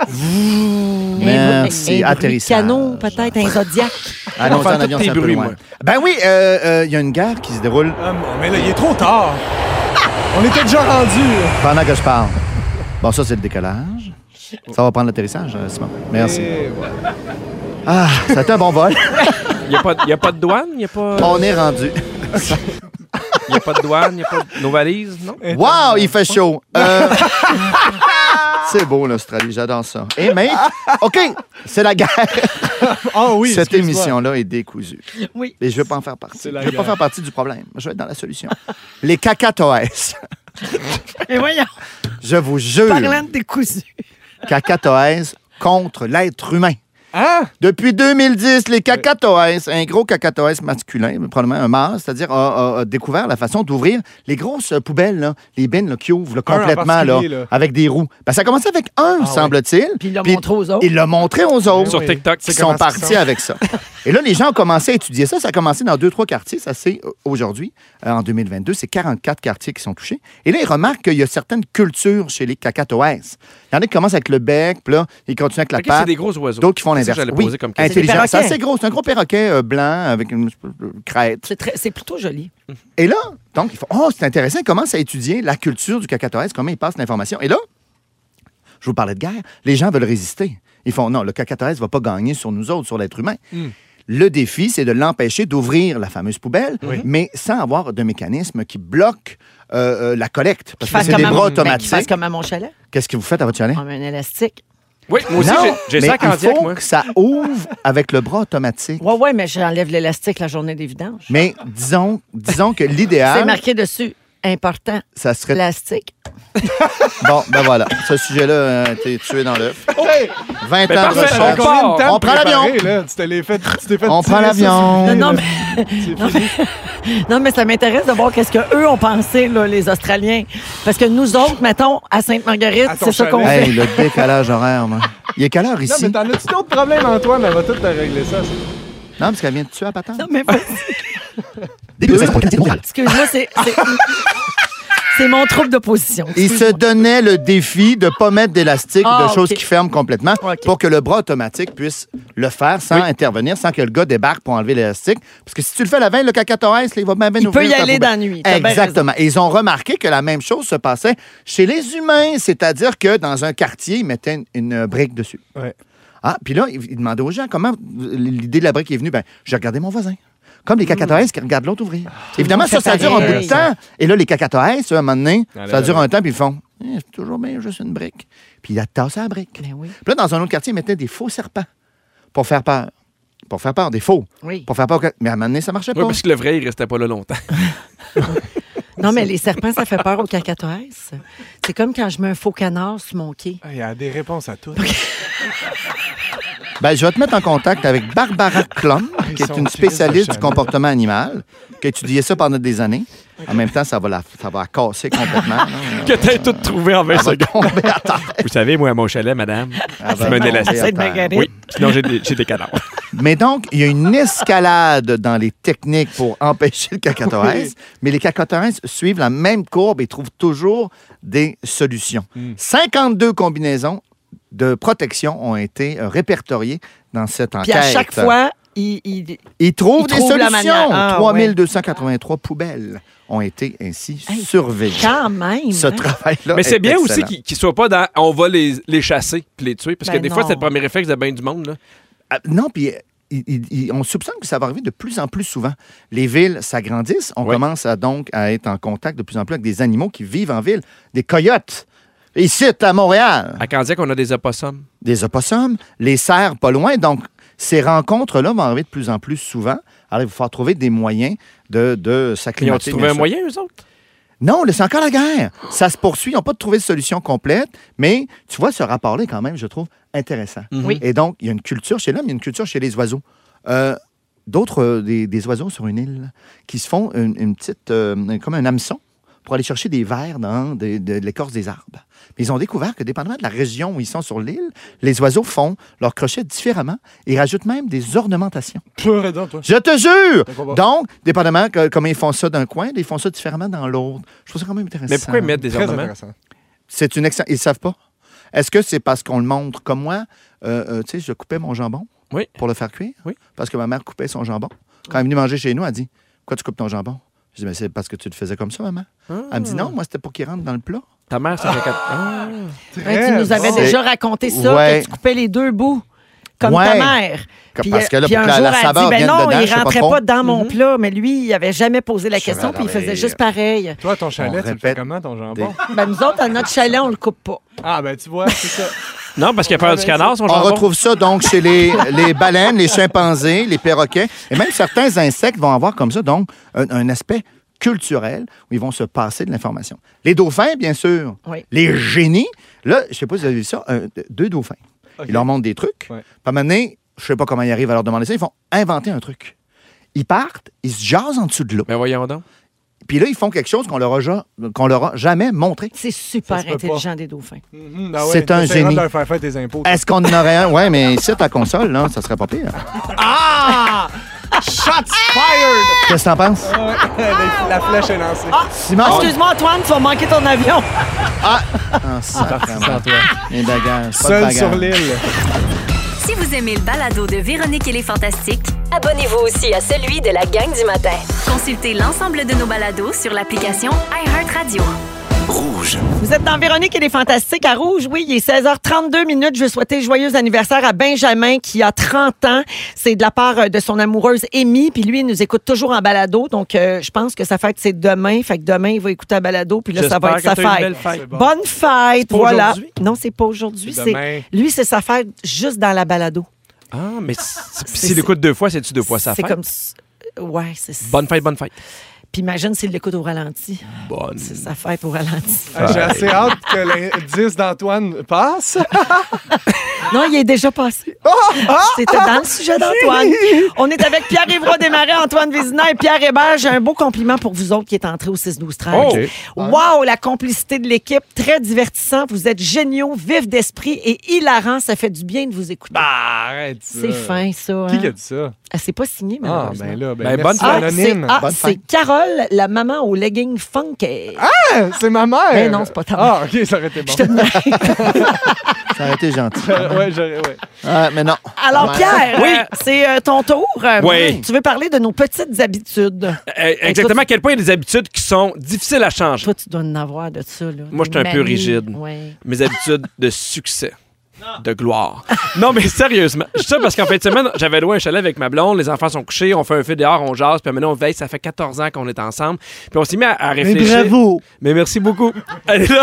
Eh Mmh.
Merci.
Un bruit de
Atterrissage.
Canon, peut-être, un zodiac.
Ah non,
Enfin,
un avion,
tous
c'est
tes
un peu
bruits,
loin.
moi.
Ben oui, euh, euh, il y a une guerre qui se déroule
Ah, bon, mais là, il est trop tard!
Ah!
On était déjà rendu.
pendant que je parle. Bon, ça, c'est le décollage. Ça va prendre l'atterrissage, euh, Simon. Merci. Ah, ça a été un bon vol.
Il n'y a, pas de- y a pas de douane? Il n'y a, pas-
On est rendu.
y a pas de douane? Il n'y a pas de- nos valises? Non?
Wow, il fait chaud. Euh, c'est beau, l'Australie. J'adore ça. Et mec, OK, c'est la guerre.
Ah oui,
Cette
excuse-moi.
émission-là est décousue.
Oui.
Et je ne veux pas en faire partie. Je
C'est
ne
la
veux pas
guerre.
faire partie du problème. Je vais être dans la solution. Les cacatoès.
Mais Eh voyons,
Je vous jure.
parlant de décousu.
Cacatoès contre l'être humain.
Hein?
Depuis 2010, les cacatoès, un gros cacatoès masculin, mais probablement un mâle, c'est-à-dire a, a- a découvert la façon d'ouvrir les grosses euh, poubelles, là, les bins là, qui ouvrent là,
Un en
complètement là,
particulier, là. Ah
avec des roues. Ben, ça a commencé avec un, semble-t-il.
Puis il l'a montré aux autres.
Il l'a montré aux autres.
Sur TikTok,
Qui
c'est
sont
comment ça se
partis
sent.
avec ça. Et là, les gens ont commencé à étudier ça. Ça a commencé dans deux, trois quartiers. Ça, c'est euh, aujourd'hui. Euh, en 2022, c'est 44 quartiers qui sont touchés. Et là, ils remarquent qu'il y a certaines cultures chez les cacatoès. Il y en a qui commencent avec le bec, puis là, ils continuent avec la
Ok,
patte.
c'est des gros oiseaux.
D'autres qui font
C'est ça que
l'inverse.
j'allais
Oui,
poser comme question.
intelligent.
C'est des
C'est assez
perroquets.
gros. C'est un gros perroquet euh, blanc avec une euh, crête.
C'est très- C'est plutôt joli.
Et là, donc, ils font Oh, c'est intéressant. Ils commencent à étudier la culture du cacatoès, comment ils passent l'information. Et là, je vous parlais de guerre. Les gens veulent résister. Ils font Non, le cacatoès ne va pas gagner sur nous autres, sur l'être humain.
Hmm.
Le défi, c'est de l'empêcher d'ouvrir la fameuse poubelle, mais sans avoir de mécanisme qui bloque euh, euh, la collecte. Parce que
Fasse
c'est
comme
des
à mon-
bras
ben, qu'il fasse
automatiques.
comme à mon chalet.
Qu'est-ce que vous faites à votre chalet?
On met Ah, un élastique.
Oui, moi aussi,
Non,
j'ai j'ai
mais
ça en
il
diac,
faut
moi.
que ça ouvre avec le bras automatique.
Ouais, ouais, mais j'enlève l'élastique la journée des vidanges.
Mais disons, disons que
C'est
l'idéal,
marqué dessus. Important.
ça serait.
Plastique.
Bon, ben voilà. Ce sujet-là, euh, t'es tué dans l'œuf. 20
parfait,
ans de
on
recherche.
part.
Combien de temps
On
de
prend l'avion.
préparer, là? Tu te l'es fait- tu t'es fait
On
tirer ça,
prend l'avion.
c'est fini,
Non, non,
là. C'est fini.
Non, mais ça m'intéresse de voir qu'est-ce qu'eux ont pensé, là, les Australiens. Parce que nous autres, mettons, à Sainte-Marguerite,
À ton
c'est ça qu'on
chalet.
fait.
Hey, le décalage horaire, moi. Il est quelle heure
Non, mais
ici? Non,
t'en as-tu d'autres problèmes, Antoine? Elle va tout te régler ça.
parce qu'elle vient de tuer à patente.
Non, mais vas-y. Excuse-moi, c'est. c'est- C'est mon trouble d'opposition.
Il se donnait le défi de pas mettre d'élastique,
Ah,
de choses
ok.
qui ferment complètement,
Ok.
pour que le bras automatique puisse le faire sans intervenir, sans que le gars débarque pour enlever l'élastique. Parce que si tu le fais la veille, le cacatoès, là, il va bien
Il
ouvrir.
peut y
ta
aller
poubelle.
dans la nuit. T'as bien
Exactement. Et ils ont remarqué que la même chose se passait chez les humains, c'est-à-dire que dans un quartier, ils mettaient une, une brique dessus.
Ouais.
Ah, puis là, ils ils demandaient aux gens comment l'idée de la brique est venue. Ben, j'ai regardé mon voisin. Comme les cacatoès qui regardent l'autre
Ah,
ouvrir. Évidemment,
monde
ça,
fait
ça dure un
pareil.
bout de temps. Et là, les cacatoès, eux, à un moment donné,
Allez,
ça dure
allez.
un temps, puis ils font Eh, c'est toujours bien juste une brique. Puis ils la tassent à la brique.
Ben oui.
Puis là, dans un autre quartier, ils mettaient des faux serpents pour faire peur. Pour faire peur, des faux.
Oui.
Pour faire peur. que- Mais à un moment donné, ça marchait
Oui,
pas.
parce que le vrai, il restait pas là longtemps.
Non, mais les serpents, ça fait peur aux cacatoès. C'est comme quand je mets un faux canard sur mon quai.
Ah, Il y a des réponses à tout.
Ben, je vais te mettre en contact avec Barbara Klum, qui
sont
est une
tristes,
spécialiste du
jamais.
comportement animal, qui a étudié ça pendant des années. En même temps, ça va la, ça va la casser complètement. là.
que t'aies tout trouvé en 20
Elle va
secondes.
tomber à terre.
Vous savez, moi, à mon chalet, madame,
Elle
je
va
me
tomber
délaisse.
à
Essaye de
terre.
m'égarer.
Oui, sinon j'ai des, j'ai des canards.
Mais donc, il y a une escalade dans les techniques pour empêcher le cacatoès, mais les cacatoès suivent la même courbe et trouvent toujours des solutions.
Hmm.
52 combinaisons de protection ont été euh, répertoriées dans cette
Puis
enquête.
à chaque fois, il, il-
Ils trouvent
Ils
des
trouvent la
solutions.
manière. Ah,
3283 poubelles ont été ainsi
Hey,
surveillées.
quand même.
Ce
hein.
travail-là.
Mais c'est
est
bien aussi
excellent.
qu'ils ne soient pas dans on va les, les chasser puis les tuer. Parce que
Ben
des fois,
non.
c'est le premier réflexe de bien du monde. Là.
Ah, Non, puis. euh, il- il- il- on soupçonne que ça va arriver de plus en plus souvent. Les villes s'agrandissent. On
Ouais.
commence à, donc à être en contact de plus en plus avec des animaux qui vivent en ville. Des coyotes. Ici, à Montréal.
À Candiac, on a des opossums.
Des opossums. Les cerfs, pas loin. Donc, ces rencontres-là vont arriver de plus en plus souvent. Alors, il va falloir trouver des moyens de, de
Ils ont
s'acclimater.
trouvé
bien
un
sûr.
moyen, eux autres?
Non, là, c'est encore la guerre. Ça se poursuit. Ils n'ont pas trouvé de solution complète. Mais tu vois, ce rapport-là est quand même, je trouve, intéressant.
Oui.
Et donc, il y a une culture chez l'homme, il y a une culture chez les oiseaux. Euh, D'autres, euh, des, des oiseaux sur une île qui se font une, une petite, euh, comme un hameçon pour aller chercher des vers dans des- de, de l'écorce des arbres. Mais ils ont découvert que, dépendamment de la région où ils sont sur l'île, les oiseaux font leurs crochets différemment et rajoutent même des ornementations.
Pur et dent, toi.
Je te jure!
comprends.
Donc, dépendamment que- comment ils font ça d'un coin, ils font ça différemment dans l'autre. Je trouve ça quand même intéressant.
Mais pourquoi ils mettent des
Très
ornements?
intéressant.
C'est une excellente. Ils ne savent pas. Est-ce que c'est parce qu'on le montre comme moi? euh, euh, tu sais, je coupais mon jambon
Oui.
pour le faire cuire.
Oui.
Parce que ma mère coupait son jambon. Quand elle est venue manger chez nous, elle dit Pourquoi tu coupes ton jambon? Je dis Mais c'est parce que tu le faisais comme ça, maman. Elle me dit
Ah.
Non, moi, c'était pour qu'il rentre dans le plat.
Ta mère, ça fait quatre- Ah.
Ouais, tu nous avais
bon.
déjà raconté ça,
Ouais.
que tu coupais les deux bouts, comme ta
Ouais.
mère.
Que-
Puis,
parce que là,
puis
pour
un
que la-
jour,
la
elle
saveur
dit, ben
vienne
non,
dedans, je
il
sais pas
rentrait
trop. Mm-hmm.
pas dans mon plat, mais lui, il avait jamais posé la question, puis il faisait
adoré.
juste pareil.
Toi, ton chalet, tu
On
le fais
répète
comment, ton jambon?
Ben, nous autres, à notre chalet, on le coupe pas.
Ah, ben, tu vois, c'est ça.
Non, parce qu'il a
Ah, ben,
peur du canard, son
On
jambon.
retrouve ça donc chez les, les baleines, les chimpanzés, les perroquets. Et même certains insectes vont avoir comme ça donc un, un aspect culturel où ils vont se passer de l'information. Les dauphins, bien sûr.
Oui.
Les génies. Là, je sais pas si vous avez vu ça, un- deux dauphins. Ils leur montrent des trucs.
Ouais.
Puis à un moment donné, je sais pas comment ils arrivent à leur demander ça, ils font inventer un truc. Ils partent, ils se jasent en dessous de l'eau.
Mais voyons donc.
Puis là, ils font quelque chose qu'on leur a, ja- qu'on leur a jamais montré.
C'est super
Ça se peut
intelligent des dauphins.
Mhm, ah ouais,
C'est un
t'essaieras
génie.
de leur faire faire tes impôts.
Est-ce qu'on en aurait un? Ouais, mais ici, ta console, là, ça serait pas pire.
Ah! Shots fired!
Qu'est-ce que t'en penses?
Ah La- La flèche est lancée.
Simon?
Excuse-moi, Antoine, tu vas manquer ton avion.
Ah, sacrément. Les bagages, pas de
Seul
bagages.
sur l'île.
Si vous aimez le balado de Véronique et les Fantastiques,
Abonnez-vous aussi à celui de la gang du matin.
consultez l'ensemble de nos balados sur l'application iHeartRadio.
Vous êtes dans Véronique et les Fantastiques à Rouge. Oui, il est 16h32 minutes. Je veux souhaiter joyeux anniversaire à Benjamin qui a 30 ans. C'est de la part euh, de son amoureuse Amy. Puis lui, il nous écoute toujours en balado. Donc, euh, je pense que sa fête, c'est demain. Fait que demain, il va écouter un balado. Puis là, ça va être sa
J'espère que t'as une
fête.
belle fête.
C'est bon.
Bonne fête.
pas
voilà.
aujourd'hui?
Non, c'est pas aujourd'hui.
C'est
C'est
demain.
Lui, c'est sa fête juste dans la balado.
Ah, mais si- si-
c'est-
s'il écoute deux fois, c'est-tu deux fois sa
C'est
fête?
comme. s- Ouais, c'est ça.
Bonne fête, bonne fête.
Puis imagine s'il l'écoute au ralenti.
Bonne.
C'est sa fête au ralenti.
Ah, J'ai assez hâte que le 10 d'Antoine passe.
Non, il est déjà passé.
Ah!
C'était dans le sujet d'Antoine. On est avec Pierre Évroy Desmarais, Antoine Vézina et Pierre Hébert. J'ai un beau compliment pour vous autres qui êtes entrés au 6-12-13.
Oh!
Wow, la complicité de l'équipe, très divertissant. Vous êtes géniaux, vifs d'esprit et hilarants. Ça fait du bien de vous écouter.
Bah, arrête ça.
c'est fin, ça.
Qui
hein?
qui a dit ça?
Ah, c'est pas signé,
Ah,
malheureusement.
ben là, ben,
Ben,
merci,
bonne
Ah, c'est,
anonyme.
ah,
Bonne
c'est
fête.
Carole, la maman au legging funk.
Ah, c'est ma mère.
Ben non, c'est pas ta mère.
Ah, ok, ça aurait été bon. Euh,
Je te demande.
Ça aurait été gentil.
ouais, j'aurais, ouais.
Ah, mais non.
Alors,
Ouais.
Pierre, euh, c'est euh, ton tour. Euh,
Oui.
Tu veux parler de nos petites habitudes.
Euh, Exactement à quel point il y a des habitudes qui sont difficiles à changer.
Eh, Toi, tu dois en avoir de ça. Là. Des
Moi, j'étais un peu
manies.
rigide.
Ouais.
Mes habitudes de succès. De gloire. Non, mais sérieusement. Je dis ça parce qu'en fin de semaine, j'avais loué un chalet avec ma blonde, les enfants sont couchés, on fait un feu dehors, on jase, puis maintenant on veille, ça fait 14 ans qu'on est ensemble. Puis on s'est mis à, à réfléchir. Mais merci beaucoup. Allez là,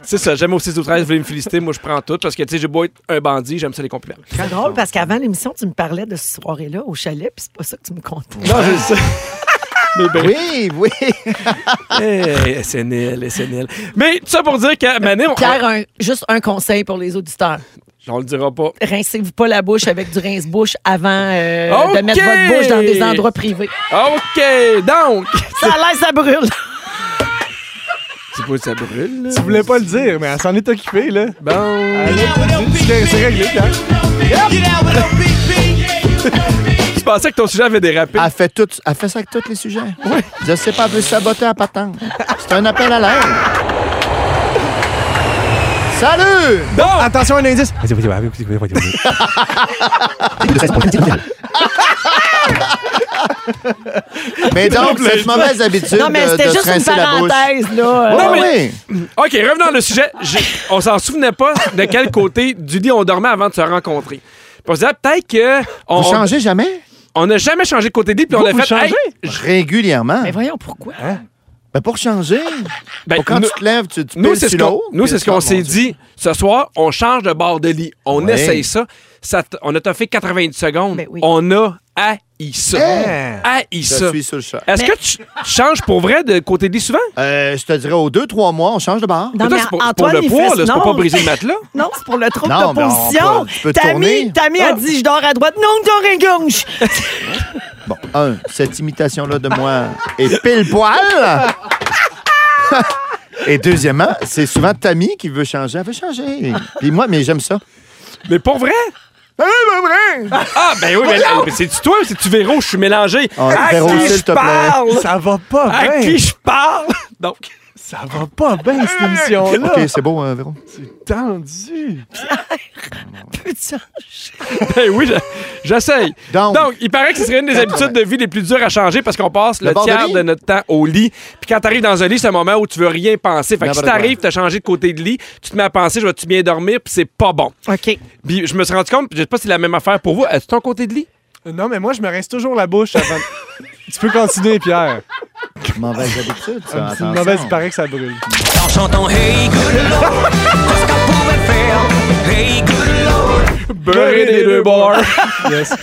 c'est ça, j'aime au 6 ou 13, vous voulez me féliciter, moi je prends tout parce que tu sais, j'ai beau être un bandit, j'aime ça les compliments.
C'est drôle parce qu'avant l'émission, tu me parlais de cette soirée-là au chalet, puis c'est pas ça que tu me comptes.
Non, je le sais. Mais bref.
Oui, oui.
Hey, SNL, SNL. Mais tout ça pour dire qu'à Mané, on,
Pierre, un- juste un conseil pour les auditeurs.
on le dira pas.
Rincez-vous pas la bouche avec du rince-bouche avant euh,
Ok.
de mettre votre bouche dans des endroits privés.
OK, donc.
Ça a l'air, ça brûle.
C'est pas ça brûle, là.
Tu voulais pas le dire, mais elle s'en est occupée, là.
Bon.
Elle a dit, C'est c'est réglé, hein?
Tu pensais que ton sujet avait dérapé.
Elle fait, tout, elle fait ça avec tous les sujets. Oui. Je sais pas, elle veut saboter à patente. C'est un appel à l'air. Salut!
Donc,
Attention, un indice.
Mais donc, cette mauvaise habitude
Non, mais
de, de
c'était
se
juste une
rincer la bouche. Ah
parenthèse, là.
Ouais,
Non, mais-
ouais.
OK, revenons au sujet. J'ai- On s'en souvenait pas de quel côté du lit on dormait avant de se rencontrer. Puis On se disait, peut-être que. On,
Vous changez jamais?
on n'a jamais changé de côté de lit, puis on a
vous
fait.
changez?
hey,
Régulièrement.
Mais voyons pourquoi.
Ben, pour changer.
ben,
Pour quand
nous-
tu te lèves, tu, tu
Nous,
piles
c'est ce
sur
qu'on,
l'autre,
nous,
puis
c'est ce qu'on
mon
s'est
Dieu.
dit. Ce soir, on change de bord de lit. On
Ouais.
essaye ça. ça t- on a toffé 90 secondes.
Ben oui.
On a haï ça.
Hein?
Haï
Je
ça.
suis sur le choc.
Est-ce
Mais-
que tu tu changes pour vrai de côté de lit souvent?
Euh, je te dirais, aux deux, trois mois, on change de bar.
Non,
Mais toi,
mais
c'est pour, c'est pour
Antoine,
le
il
poids,
fait-
là, c'est pour
non.
pas briser le matelas.
Non, c'est pour le trouble
Non,
de
mais on
position.
peut- tu peux
Tammy,
tourner. Ah.
Tammy a dit, je dors à droite. Non, je dors à gauche.
Bon, un, cette imitation-là de moi est pile poil. Et deuxièmement, c'est souvent Tammy qui veut changer. Elle veut changer. Puis moi, mais j'aime ça.
Mais pour vrai? Ah, ben oui, mais, mais c'est-tu toi ou c'est-tu Véro? Je suis mélangé.
Ah,
à
Véro,
qui
s'il
je
te plaît.
parle?
Ça va pas
À
bien.
qui je parle? Donc,
Ça va pas bien, cette émission-là.
OK, c'est beau, hein, Véro?
C'est tendu.
Putain.
ben oui, je- j'essaye.
Donc, Ah,
Donc, il paraît que ce serait une des habitudes de vie les plus dures à changer parce qu'on passe le,
Le bord de
tiers
lit.
de, notre temps au lit. Puis quand t'arrives dans un lit, c'est un moment où tu veux rien penser. Fait que si
N'importe
t'arrives, t'as changé de côté de lit, tu te mets à penser, je vais-tu bien dormir, puis c'est pas bon.
OK.
Puis je me suis rendu compte, puis je sais pas si c'est la même affaire pour vous. Est-ce ton côté de lit?
Non, mais moi, je me rince toujours la bouche avant. tu peux continuer, Pierre.
mauvaise habitude, ça.
C'est une
attention.
mauvaise, il paraît que ça brûle.
Beurrer des deux bords.
Yes.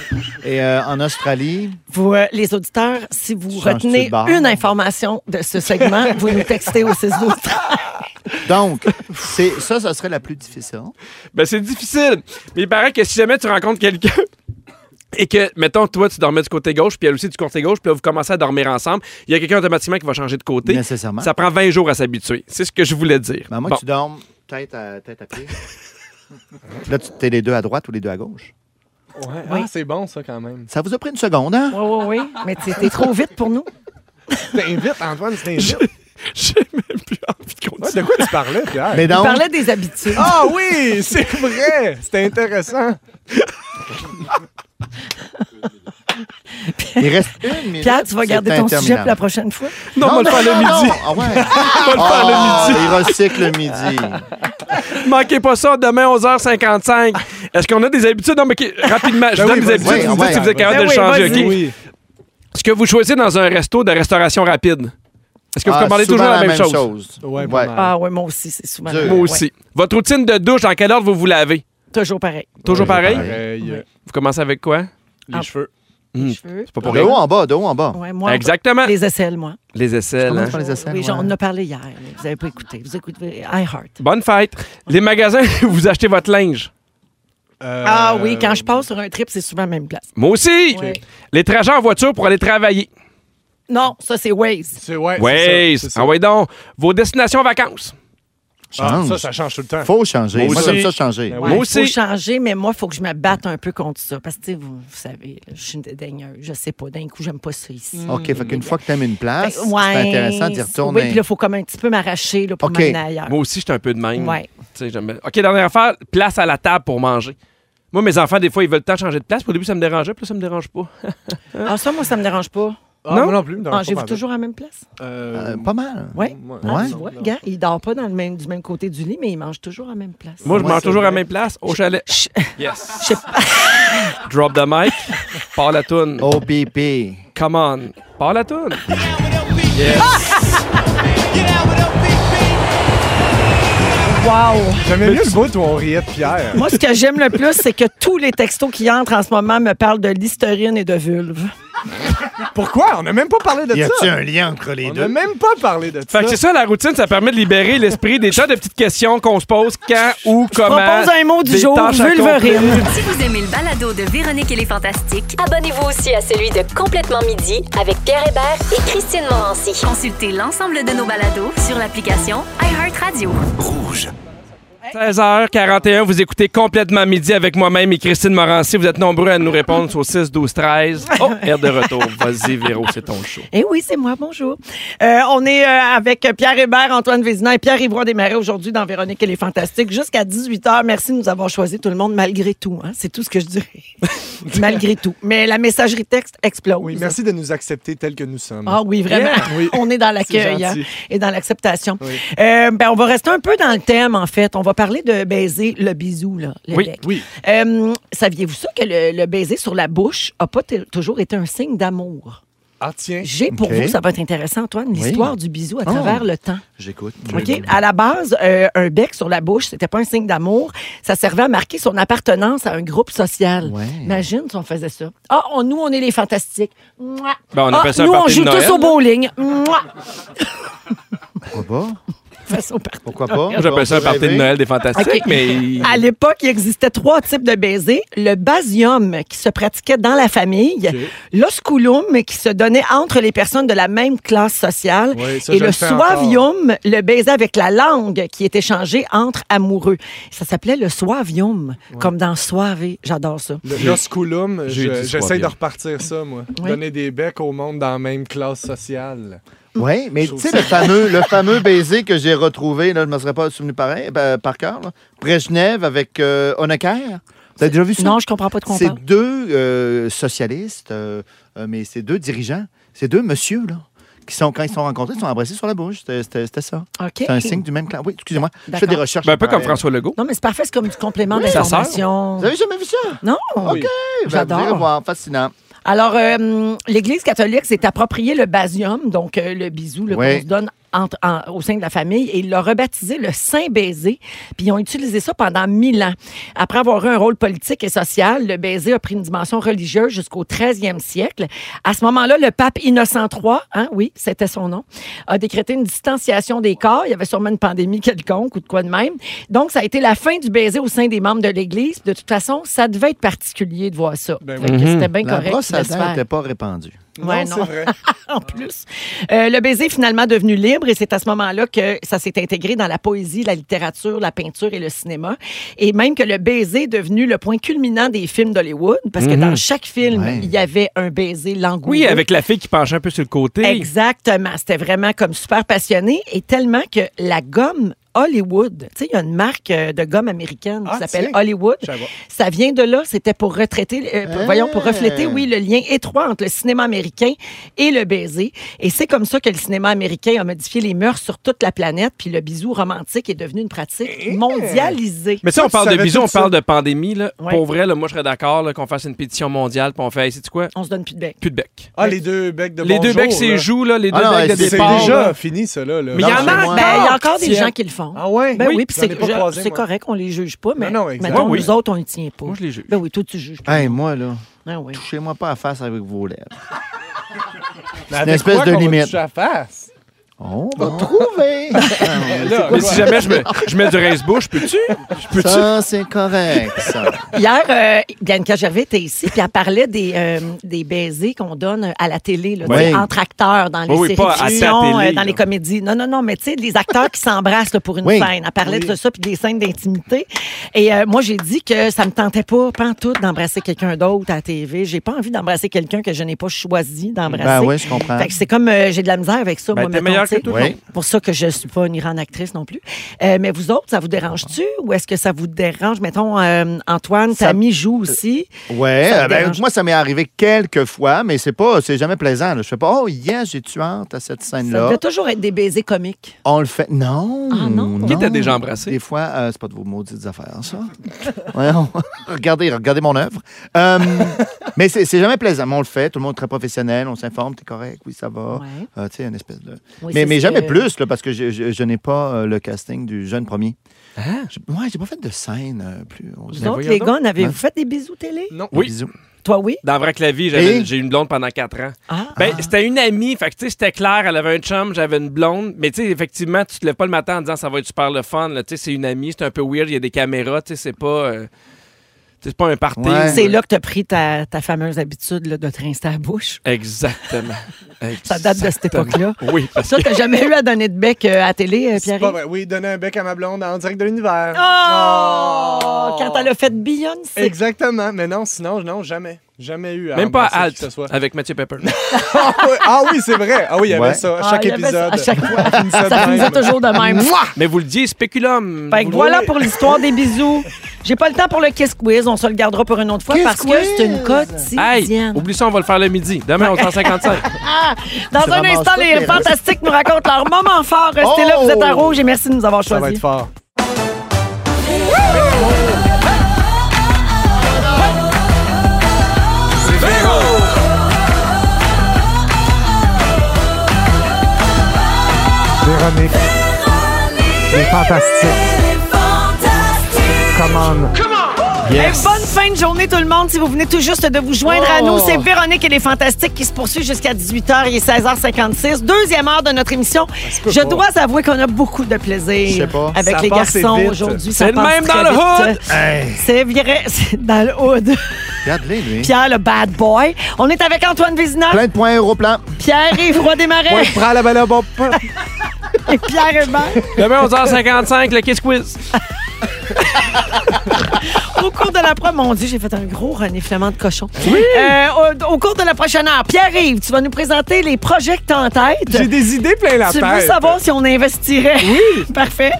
Et euh, en Australie,
Vous, euh, les auditeurs, si vous
Changes-tu
retenez
de barre?
une information de ce segment, vous nous textez au 6 12 13.
donc, c'est ça, ça serait la plus difficile.
Ben c'est difficile. Mais il paraît que si jamais tu rencontres quelqu'un Et que, mettons, toi, tu dormais du côté gauche, puis elle aussi du côté gauche, puis là, vous commencez à dormir ensemble. Il y a quelqu'un automatiquement qui va changer de côté.
Nécessairement.
Ça prend 20 jours à s'habituer. C'est ce que je voulais dire.
Ben, moi,
Bon.
tu dormes tête à, tête à pied. Là, tu t'es les deux à droite ou les deux à gauche.
Ouais. Ah, c'est bon, ça, quand même.
Ça vous a pris une seconde, hein?
Oui, oui, oui. Mais t'es t'es trop vite pour nous.
T'invites, Antoine, tu t'invites.
J'ai même plus envie de
Ouais,
continuer.
de quoi tu parlais, Pierre?
Mais
On
donc,
parlait des habitudes.
Ah oui, c'est vrai! C'était intéressant.
il reste une minute.
Pierre, tu vas
c'est
garder ton sujet pour
interminable.
la prochaine fois.
Non, on va le
non,
faire le
non,
midi.
non. Ah ouais. Ah,
On va le faire le midi.
Il recycle le midi.
Manquez pas ça demain 11h55. Est-ce qu'on a des habitudes? Non, mais ok, rapidement, je
Ben
vous
oui,
donne des
vas-y.
habitudes.
Ouais,
vous me dites
ouais,
si vous êtes
vas-y.
capable de
Ben
le
oui,
changer.
vas-y.
ok?
Oui.
Ce que vous choisissez dans un resto de restauration rapide, est-ce que vous
Ah,
commandez
souvent
toujours la, même, chose?
Ouais, pas
Ouais.
mal.
Ah oui, moi aussi, c'est souvent.
Deux.
Moi
Ouais,
aussi. Votre routine de douche, dans quel ordre vous vous lavez?
Toujours pareil.
Toujours
Toujours
pareil?
pareil.
Pareil, euh,
Vous commencez avec quoi?
les
Ah.
cheveux.
Hmm.
Cheveux.
C'est pas pour
De
rien.
haut en bas, de haut en bas.
Ouais, moi,
Exactement. Les,
les aisselles, moi.
aisselles.
Comment
hein.
tu parles des aisselles,
Oui,
ouais.
j'en- on en a parlé hier. là. Vous n'avez pas écouté. Vous écoutez iHeart.
Bonne fête. Les magasins où vous achetez votre linge.
Euh,
Ah oui, quand je passe sur un trip, c'est souvent la même place.
Moi aussi.
Ouais.
Les trajets en voiture pour aller travailler.
Non, ça, c'est Waze.
C'est, ouais,
Ouais.
c'est ça, c'est ça.
Ah ouais donc. Vos destinations vacances.
Ah, ça,
Change.
ça change tout le temps.
Faut changer.
Moi
Moi,
aussi.
j'aime ça changer.
Ben
Ouais,
Moi
Faut
aussi.
changer, mais moi, il faut que je me batte un peu contre ça. Parce que, tu sais, vous, vous savez, je suis une dédaigneuse. Je sais pas. D'un coup, j'aime pas ça ici.
OK, fait qu'une fois que t'aimes une
Fait
place,
que, Ben, ouais,
c'est intéressant
Oui,
d'y retourner.
puis là, il faut comme un petit peu m'arracher là, pour
OK.
m'amener ailleurs.
Moi aussi, j'étais un peu de même.
Ah. Ouais.
Tu sais, j'aime- OK, dernière affaire, place à la table pour manger. Moi, mes enfants, des fois, ils veulent tant changer de place. Au début, ça me dérangeait, puis là, ça me dérange pas.
Ah, ça, moi, ça me dérange pas.
Ah,
Non?
moi non plus. me dérange pas,
Rangez-vous
pardon.
toujours à la même place?
Euh,
Euh, pas mal.
Oui.
Ah, Ouais.
tu vois, gars, il dort pas dans le même, du même côté du lit, mais il mange toujours à la même place.
Moi, je
Moi,
mange
c'est
toujours à la
vrai.
même place, au chalet.
Chut.
Yes.
Je sais pas.
Drop the mic. Par la toune.
Oh. OPP.
Come on. Par la toune.
Wow!
J'aimais mieux le bout où on riait de Pierre.
Moi, ce que j'aime le plus, c'est que tous les textos qui entrent en ce moment me parlent de l'hystérine et de vulve.
Pourquoi? On n'a même pas parlé de
Y a-tu
ça.
un lien entre les
On n'a
deux?
même pas parlé de ça.
Fait que c'est ça, la routine, ça permet de libérer l'esprit des tas de petites questions qu'on se pose quand, où, comment.
propose un mot du
des
jour,
tâches à
vulverine.
accomplir.
Si vous aimez le balado de Véronique et les Fantastiques,
Abonnez-vous aussi à celui de Complètement Midi avec Pierre Hébert et Christine Morancy.
consultez l'ensemble de nos balados sur l'application iHeartRadio.
16h41, vous écoutez complètement midi avec moi-même et Christine Morancy. Vous êtes nombreux à nous répondre sur 6, 12, 13. Oh, air de retour. Vas-y, Véro, c'est ton show.
Eh oui, c'est moi, bonjour. Euh, on est euh, avec Pierre Hébert, Antoine Vézina et Pierre Ivoire Desmarais aujourd'hui dans Véronique et les Fantastiques jusqu'à 18h. Merci de nous avoir choisi tout le monde malgré tout. hein. C'est tout ce que je dirais. malgré tout. Mais la messagerie texte explose.
Oui, merci de nous accepter tels que nous sommes.
Ah oui, vraiment.
Yeah. Oui.
On est dans l'accueil
C'est
hein,
gentil.
et dans l'acceptation.
Oui.
Euh, ben, on va rester un peu dans le thème, en fait. On va parler de baiser, le bisou, là, le
Oui,
bec.
oui.
Euh, Saviez-vous ça que le, le baiser sur la bouche n'a pas t- toujours été un signe d'amour?
Ah, tiens.
J'ai pour
OK. Ah.
vous, ça va être intéressant, Antoine, l'histoire du bisou à travers le temps.
J'écoute.
OK? À la base, euh, un bec sur la bouche, c'était pas un signe d'amour. Ça servait à marquer son appartenance à un groupe social.
Ouais.
Imagine si on faisait ça. Ah, on- nous, on est les fantastiques. Mouah.
Ben, on
Ah,
appelle ça un
nous, on
party de
joue
Noël,
tous au
là.
bowling. Mouah.
Pourquoi pas?
Façon party.
Pourquoi pas?
Moi, j'appelle ça un
On peut
party de
rêver.
Noël des Fantastiques,
OK.
mais.
À l'époque, il existait trois types de baisers. Le basium, qui se pratiquait dans la famille. L'osculum, qui se donnait entre les personnes de la même classe sociale.
Ouais, ça,
et
je
le
le fais encore.
suavium, le baiser avec la langue, qui est échangé entre amoureux. Ça s'appelait le suavium, comme dans Soave. J'adore ça.
Le- L'osculum,
J'ai
je-
dit soit
j'essaie de
bien.
repartir ça, moi.
Oui.
Donner des becs au monde dans la même classe sociale.
Oui, mais
Je
tu
trouve
sais,
ça-
le fameux, le fameux baiser que j'ai retrouvé, là, je ne me serais pas souvenu pareil, ben, par cœur, là. Brejnev avec euh, Honecker. T'as déjà vu ça?
Non, je comprends pas de quoi on
C'est
parle.
deux euh, socialistes, euh, euh, mais c'est deux dirigeants, c'est deux monsieur, là, qui sont, quand ils se sont rencontrés, ils se sont embrassés sur la bouche. C'était- C'était c'était ça.
OK.
C'est un signe du même clan. Oui, excusez-moi, je fais
D'accord.
des recherches.
Ben, un peu comme
Ouais.
François Legault.
Non, mais c'est parfait, c'est comme du complément
ça
d'information.
Vous avez jamais vu ça?
Non.
OK. Ben,
J'adore.
vous irez voir, fascinant.
Alors, euh, l'Église catholique s'est appropriée le basium, donc euh, le bisou là,
Ouais.
qu'on se donne entre- en- au sein de la famille et il l'a rebaptisé le Saint-Baiser. Puis ils ont utilisé ça pendant mille ans. Après avoir eu un rôle politique et social, le baiser a pris une dimension religieuse jusqu'au 13e siècle. À ce moment-là, le pape Innocent III, hein, oui, c'était son nom, a décrété une distanciation des corps. Il y avait sûrement une pandémie quelconque ou de quoi de même. Donc, ça a été la fin du baiser au sein des membres de l'Église. De toute façon, ça devait être particulier de voir ça.
Ben
Fait que C'était bien
La
correct.
brosse
de
à
le
dents
faire.
n'était pas répandue.
Ouais,
non,
non.
c'est vrai.
en plus. Euh, le baiser est finalement devenu libre et c'est à ce moment-là que ça s'est intégré dans la poésie, la littérature, la peinture et le cinéma. Et même que le baiser est devenu le point culminant des films d'Hollywood parce que dans chaque film,
Mm-hmm. Ouais.
il y avait un baiser langoureux.
Oui, avec la fille qui penchait un peu sur le côté.
Exactement. C'était vraiment comme super passionné et tellement que la gomme Hollywood, tu sais, il y a une marque euh, de gomme américaine qui
Ah,
s'appelle
tiens.
Hollywood.
Je savais.
Ça vient de là. C'était pour retraiter, euh, pour- voyons, pour refléter, oui, le lien étroit entre le cinéma américain et le baiser. Et c'est comme ça que le cinéma américain a modifié les mœurs sur toute la planète. Puis le bisou romantique est devenu une
Eh!
pratique mondialisée.
Mais si
Toi,
on
tu
parle de
savais
bisous,
tout
on
ça.
parle de pandémie. Là.
Ouais.
Pour vrai, là, moi, je serais d'accord là, qu'on fasse une pétition mondiale puis on fait, hey, sais-tu quoi?
On se donne plus de bec.
Plus de bec.
Ah, les deux becs de
les deux
bonjour,
becs,
là.
c'est joues, là, les deux
Ah non,
becs de
c'est
C'est
départ.
déjà
là.
fini, ça, là. là.
Mais il y en a
Non,
encore.
moi-
Ben, il y a encore des gens qui le font.
Ah ouais?
Ben oui, puis
J'en
c'est
ai pas
je-
croisé,
c'est
moi.
correct, on les juge pas, mais
Non, non, exact.
mettons,
Ouais, oui.
nous autres, on les tient pas.
Moi, je les juge.
Ben oui, toi, tu juges. pas.
Hey, moi, là,
Ah oui.
touchez-moi pas à face avec vos lèvres.
Mais
une
avec
espèce
quoi
de
qu'on va
limite.
toucher à face?
On va trouver.
Là,
Mais si jamais je mets, je mets du rince-bouche, peux-tu? Peux-tu?
ça, c'est correct, ça.
Hier, euh, Bianca Gervais était ici, puis elle parlait des, euh, des baisers qu'on donne à la télé, là, tu
Oui.
sais, entre acteurs, dans les
Oui, oui,
séries
pas à
de
ta
fiction,
télé,
euh, dans
là.
les comédies. Non, non, non, mais tu sais, les acteurs qui s'embrassent là, pour une
Oui.
scène. Elle parlait de ça, puis des scènes d'intimité. Et euh, moi, j'ai dit que ça me tentait pas, pas en tout, d'embrasser quelqu'un d'autre à la TV. J'ai pas envie d'embrasser quelqu'un que je n'ai pas choisi d'embrasser.
Ben oui, je comprends.
Fait que c'est comme, euh, j'ai de la misère avec ça.
Ben,
moi,
t'es
mettons,
meilleur
tu sais.
que tout
le monde.
Pour ça que je suis pas une grande actrice non plus. Euh, mais vous autres, ça vous dérange-tu ou est-ce que ça vous dérange? Mettons, euh, Antoine,
Ça-
ta Tammy joue aussi.
Ouais,
Ça te
euh, ben,
dérange?
moi, ça m'est arrivé quelques fois, mais c'est pas, c'est jamais plaisant. là. Je fais pas, oh, yes, j'ai tuante à cette
Ça
scène-là.
devait toujours être des baisers comiques.
On le fait. Non.
Ah, non.
Qui t'a déjà embrassé?
Des fois, euh, c'est pas de vos maudites affaires, ça. Voyons. regardez, regardez mon œuvre. Euh, mais c'est c'est jamais plaisant. Mais on le fait. Tout le monde est très professionnel. On s'informe. T'es correct. Oui, ça va.
Ouais.
Euh, tu sais, une espèce de.
Oui,
mais
c'est
mais
ce
jamais
que-
plus, là, parce que je, je- je n'ai pas euh, le casting du jeune premier. J'ai- Ouais, j'ai pas fait de scène euh, plus. on
Hein? Vous
dirait.
autres,
voyons
les
donc.
gars, en avez-vous
Ouais.
fait des bisous télé?
Oui.
Bisous.
Toi, oui?
Dans Vrac la vie, j'avais-
Et?
j'ai eu une blonde pendant quatre ans.
Ah.
Ben, c'était une amie, fait que tu sais, c'était clair, elle avait un chum, j'avais une blonde, mais tu sais, effectivement, tu te lèves pas le matin en disant ça va être super le fun, là. tu sais, c'est une amie, c'est un peu weird, il y a des caméras, tu sais, c'est pas... euh, tu sais, c'est pas un party.
Ouais.
Ah. C'est là que tu as pris ta, ta fameuse habitude là, de te rincer la bouche.
Exactement.
Ça date de cette époque-là.
Oui, parce
Ça, t'as jamais eu à donner de bec euh, à la télé, euh,
c'est
Pierre?
pas vrai. Oui, donner un bec à ma blonde en direct de l'univers.
Oh! Quand elle a fait Beyoncé.
Exactement. Mais non, sinon, non, jamais. Jamais eu à
Même pas à
embrasser qui
Alt,
que ce soit.
avec Mathieu Pepper.
ah, oui, ah oui, c'est vrai. Ah oui, il y avait
Ouais.
ça à
Ah,
chaque
il y avait ça
épisode.
À chaque fois.
Il finissait de
Ça finissait
même.
toujours de même.
mais vous le dites, spéculum.
Fait que
Vous-
voilà pour l'histoire des bisous. J'ai pas le temps pour le kiss quiz. On se le gardera pour une autre fois parce que c'est une
Hey, oh,
quotidienne.
oublie ça, on va le faire le midi. Demain, on est en 55.
Dans
Tu
un
ramasses
instant,
toutes
les
les
fantastiques nous racontent leur moment fort. Restez là,
Oh!
vous êtes à rouge et merci de nous avoir
Ça va être
choisis.
fort. Véronique. C'est fantastique. Come on.
Et Bonne fin de journée tout le monde. Si vous venez tout juste de vous joindre à
Oh.
nous, c'est Véronique et les Fantastiques qui se poursuivent jusqu'à 18h. Il est 16h56. Deuxième heure de notre émission. Je dois avouer qu'on a beaucoup de plaisir
Je sais pas.
avec
Ça
les
passe
garçons
vite.
aujourd'hui.
C'est
Ça
le
passe
même
très
dans le
vite.
hood.
C'est vrai, c'est dans le hood.
Regarde-les, lui.
Pierre, le bad boy. On est avec Antoine Vézina,
Plein de points aéroplan.
Pierre et Roi des Marais,
Prends la balle à bon point.
et Pierre Hébert.
Demain, 11h55, le Kiss Quiz.
Au cours de la pro, mon Dieu, j'ai fait un gros reniflement de cochon. Euh, au, au cours de la prochaine heure, Pierre-Yves, tu vas nous présenter les projets que t'as en
J'ai
tête.
des idées plein la
Tu veux
tête.
savoir si on investirait? Oui. Parfait.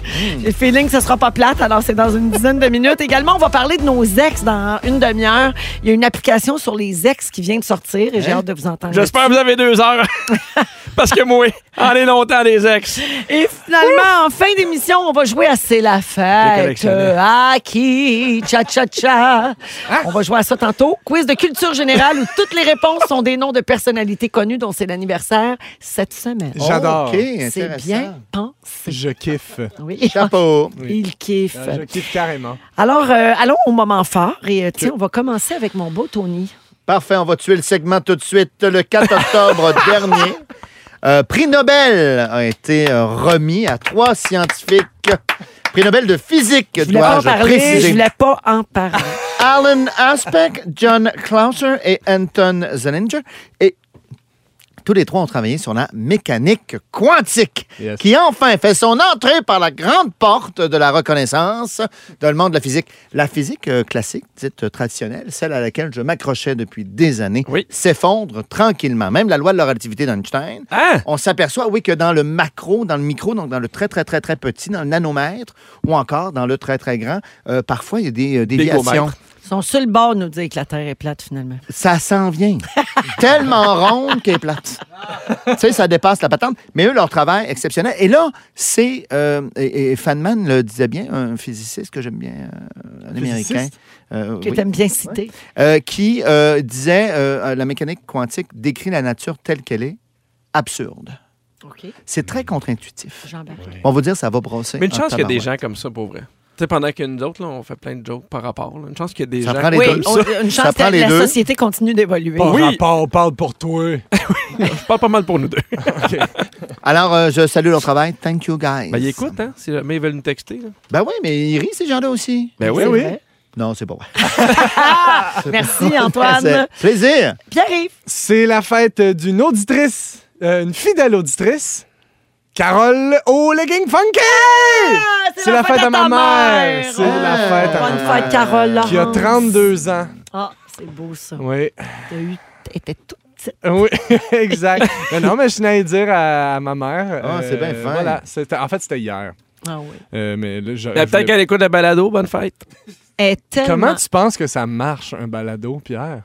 J'ai le feeling que ce sera pas plate, alors c'est dans une dizaine de minutes. Également, on va parler de nos ex dans une demi-heure. Il y a une application sur les ex qui vient de sortir et j'ai hâte de vous entendre.
J'espère que vous avez deux heures. Parce que moi, allez longtemps, les ex.
Et finalement, en fin d'émission, on va jouer à C'est la
Les
fête. Ah,
collectionneurs.
Aki,
Hein?
cha-cha-cha. On va jouer à ça tantôt. Quiz de culture générale où toutes les réponses sont des noms de personnalités connues dont c'est l'anniversaire cette semaine.
J'adore.
OK,
C'est
intéressant.
bien pensé.
Je kiffe.
Oui.
Chapeau.
Il kiffe.
Euh, Je kiffe carrément.
Alors, euh, allons au moment fort. Et euh, tiens, on va commencer avec mon beau Tony.
Parfait, on va tuer le segment tout de suite. Le 4 octobre dernier, euh, prix Nobel a été euh, remis à trois scientifiques. Prix Nobel de physique,
Je voulais pas en
dois-je
parler. Je
préciser.
voulais pas en parler.
Alan Aspect, John Clauser et Anton Zeninger. Et tous les trois ont travaillé sur la mécanique quantique,
Yes.
qui enfin fait son entrée par la grande porte de la reconnaissance dans le monde de la physique. La physique euh, classique, dite euh, traditionnelle, celle à laquelle je m'accrochais depuis des années,
Oui.
s'effondre tranquillement. Même la loi de la relativité d'Einstein,
Hein?
on s'aperçoit, oui, que dans le macro, dans le micro, donc dans le très, très, très, très petit, dans le nanomètre ou encore dans le très, très grand, euh, parfois, il y a des euh, déviations.
Bigomètre.
Son seul bord nous dit que la Terre est plate, finalement.
Ça s'en vient. Tellement ronde qu'elle est plate. tu sais, ça dépasse la patente. Mais eux, leur travail exceptionnel. Et là, c'est. euh, et, et Feynman le disait bien, un physiciste que j'aime bien, euh, un
Physiciste?
américain. euh,
Que
oui
t'aimes bien citer.
euh, qui euh, disait euh, euh, la mécanique quantique décrit la nature telle qu'elle est absurde.
OK.
C'est très contre-intuitif.
Jean-Baptiste.
On va dire ça va brosser.
Mais une chance
en
qu'il y a des
tabarouette.
gens comme ça, pour vrai. Tu sais, pendant que nous autres, là, on fait plein de jokes par rapport. là. Une chance qu'il y a des
Ça
gens.
prend les
Oui,
deux.
on- une
Ça
chance que
prend les
la
deux.
société continue d'évoluer.
Pas
Oui.
rapport, parle pour toi.
Je parle pas mal pour nous deux.
Alors, euh, je salue leur travail. Thank you, guys.
Ben, ils écoutent, hein? Si jamais ils veulent nous texter. Là.
Ben oui, mais ils rient, ces gens-là aussi.
Ben
oui, oui.
Non, c'est pas vrai.
Merci,
C'est
Antoine.
Plaisir.
Pierre-Yves.
C'est la fête d'une auditrice, euh, une fidèle auditrice, Carole au legging funky! Ah,
Ah,
C'est la fête à ma
ta Ah,
mère! C'est la fête à
Bonne
ma mère.
fête, Carole.
Qui a
Laurence.
32 ans.
Ah, c'est beau, ça.
Oui.
T'as eu... T'étais tout petit.
Oui, exact. mais non, mais je tenais à le dire à, à ma mère. euh,
Ah, c'est bien fin.
Voilà. C'était- En fait, c'était hier.
Ah oui.
Euh, mais là, je-
Ben,
je
Peut-être
voulais-
qu'elle écoute la balado, bonne fête.
Elle est tellement...
Comment tu penses que ça marche, un balado, Pierre?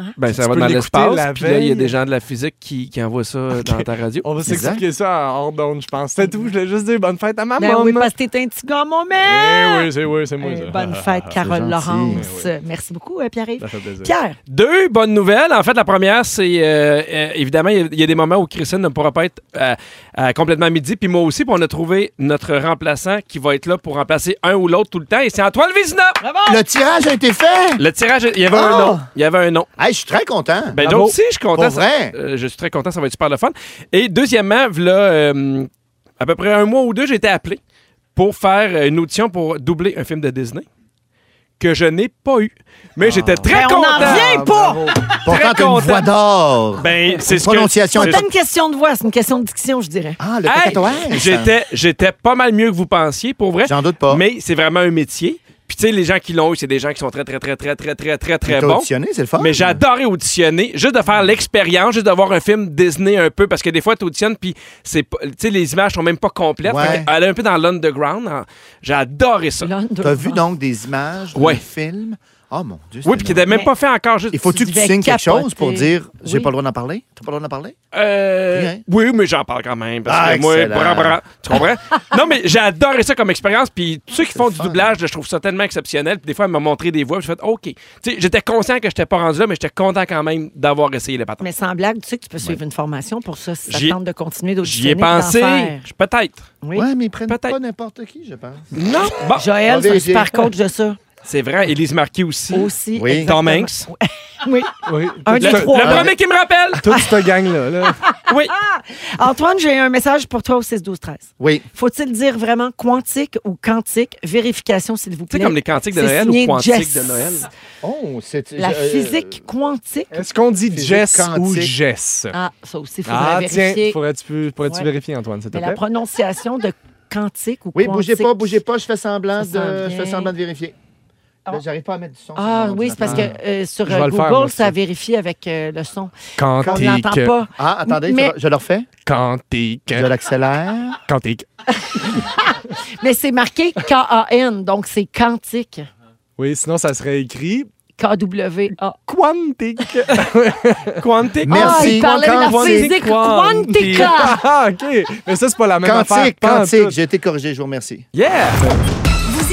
Hein?
Ben, ça
Tu
va
peux
dans
l'écouter la
l'espace. Puis là, il y a
veille.
des gens de la physique qui, qui envoient ça euh, dans ta radio.
On va
Exact.
s'expliquer ça en hors d'onde, je pense. C'est tout. Je voulais juste dire bonne fête à ma
Ben
maman.
oui, parce que t'es un petit gars, mon
Eh
mère.
oui, c'est oui, c'est moi.
Eh,
ça.
bonne fête, Carole
gentil. Ben
Laurence. Merci beaucoup, euh, Pierre-Yves.
Ça fait plaisir.
Pierre,
Deux bonnes nouvelles. En fait, la première, c'est euh, euh, évidemment, il y a- il y, a des moments où Christine ne pourra pas être euh, euh, complètement à midi. Puis moi aussi, puis on a trouvé notre remplaçant qui va être là pour remplacer un ou l'autre tout le temps. Et c'est Antoine Vézina.
Le tirage a été fait.
Le tirage, il y avait un
Ah!
nom. Il y avait un nom.
Hey, je suis très content.
Ben,
Bravo.
donc, si, je suis content.
Pour vrai?
Euh, je suis très content, ça va être super le fun. Et deuxièmement, v'là, euh, à peu près un mois ou deux, j'ai été appelé pour faire euh, une audition pour doubler un film de Disney que je n'ai pas eu. Mais j'étais
Ah.
très
Ben, on en
content.
revient pas.
Pourtant, t'as une
content.
voix d'or.
Ben, c'est ce que-
Prononciation.
c'est
c'est-
pas une question de voix, c'est une question de diction, je dirais.
Ah, le
Hey,
cacatoès.
j'étais, j'étais pas mal mieux que vous pensiez, pour vrai.
J'en doute pas.
Mais c'est vraiment un métier. Puis tu sais, les gens qui l'ont eu, c'est des gens qui sont très, très, très, très, très, très, très, très
T'as
bons.
auditionné, c'est le fun.
Mais j'ai adoré auditionner, juste de faire l'expérience, juste de voir un film Disney un peu, parce que des fois, tu auditionnes, puis c'est pas- tu sais, les images sont même pas complètes.
Ouais.
Fait que Elle est un peu dans l'underground. hein. J'ai adoré ça.
T'as vu donc des images,
Ouais.
des films. Oh mon Dieu.
Oui,
c'était
puis qui n'était
Mais-
même pas fait encore. Juste...
Il faut-tu que
Tu
tu
devais
signes quelque
capoter.
chose pour dire j'ai
Oui.
pas le droit d'en parler? T'as pas le droit d'en parler?
Euh,
Rien.
oui, mais j'en parle quand même. Parce
Ah,
que moi,
excellent.
bra, bra. tu comprends? non, mais j'ai adoré ça comme expérience. Puis tous ceux qui font du
fun.
doublage, je trouve ça tellement exceptionnel. Puis des fois, elle m'a montré des voix. puis J'ai fait OK. Tu sais, j'étais conscient que je n'étais pas rendu là, mais j'étais content quand même d'avoir essayé les patentes.
Mais sans blague, tu sais que tu peux suivre une formation pour ça si ça
J'y-
tente de continuer d'auditionner.
J'y ai
puis d'en
pensé.
faire.
Je- Peut-être.
Oui.
Ouais, mais ils prennent
Peut-être.
pas n'importe qui, je pense.
Non. Bon,
Joël, c'est un
Allez,
super
j'ai-
coach de ça
c'est vrai. Élise Marquis aussi.
aussi.
Oui.
exactement.
Tom Hanks.
Oui.
Oui.
Un
Toute
des
cette-
Le
trois.
premier qui me rappelle.
Toute cette gang-là. là.
Oui.
Antoine, j'ai un message pour toi au 6-12-13.
Oui.
Faut-il dire vraiment quantique ou quantique? Vérification, s'il vous
Tu
plaît.
sais, comme les cantiques de
C'est
Noël
signé
ou quantiques
Jess.
de Noël.
Oh, c'est.
La
je- euh,
physique quantique.
Est-ce qu'on dit
Physique
Jess ou
quantique.
Jess?
Ah, ça aussi, il faudrait
Ah, tiens,
vérifier.
pourrais-tu pourrais-tu
Ouais.
vérifier, Antoine, s'il te
Mais la
plaît?
prononciation de quantique ou
Oui,
quantique.
bougez pas, bougez pas, je fais semblant,
Ça s'en
de, je fais
vient.
semblant de vérifier. Là,
Ah.
J'arrive pas à mettre du son. sur
Ah
mon
oui, c'est parce que
ordinateur.
euh, sur
Je
euh,
vais le faire, moi
Google,
aussi.
ça vérifie avec euh, le son. On
Quantique.
l'entend pas.
Ah, attendez,
Mais-
je le- je le refais.
Quantique.
Je l'accélère.
Quantique.
Mais c'est marqué K-A-N, donc c'est quantique.
Oui, sinon, ça serait écrit
K-W-A.
Quantique.
Quantique.
Ah,
Merci.
il parlait de la
Quantique.
physique
Quantique.
quantique.
ah, OK. Mais ça, c'est pas la même affaire.
Quantique,
pas en
quantique.
tout.
J'ai été corrigé, je vous remercie.
Yeah.
Vous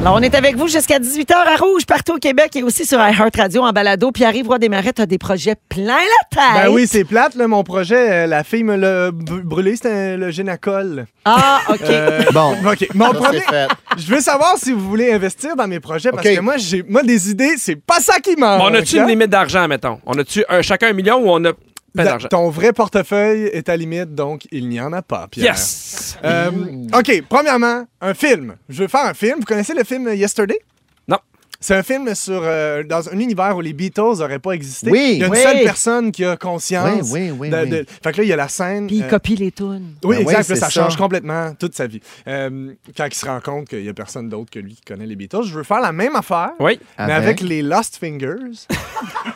Alors, on est avec vous jusqu'à 18h à Rouge, partout au Québec et aussi sur iHeartRadio en balado. Pierre-Yves Roy Desmarais, a des projets plein la tête.
Ben oui, c'est plate, là, mon projet. euh, la fille me l'a b- brûlé, c'était le génacol.
Ah, OK.
Euh,
Bon.
OK. Mon
Ça,
premier,
c'est fait.
je veux savoir si vous voulez investir dans mes projets parce
OK.
que moi, j'ai moi des idées, c'est pas ça qui manque.
on a-tu
hein?
une limite d'argent, mettons? On a-tu un- chacun un million ou on a pas
Da-
Ben, d'argent?
Ton vrai portefeuille est à limite, donc il n'y en a pas, Pierre.
Yes!
Euh,
Mm.
OK, premièrement, un film. Je veux faire un film. Vous connaissez le film Yesterday?
Non.
C'est un film sur euh, dans un univers où les Beatles n'auraient pas existé.
Oui.
il y a une
Oui.
seule personne qui a conscience.
Oui, oui, oui,
de-
oui.
de- Fait que là, il y a la scène.
Puis il
euh,
copie les tunes.
Oui,
Ben oui,
exact. là,
c'est
ça,
ça.
change complètement toute sa vie. Euh, quand il se rend compte qu'il n'y a personne d'autre que lui qui connaît les Beatles, je veux faire la même affaire,
Oui.
mais
Avec.
avec les Lost Fingers.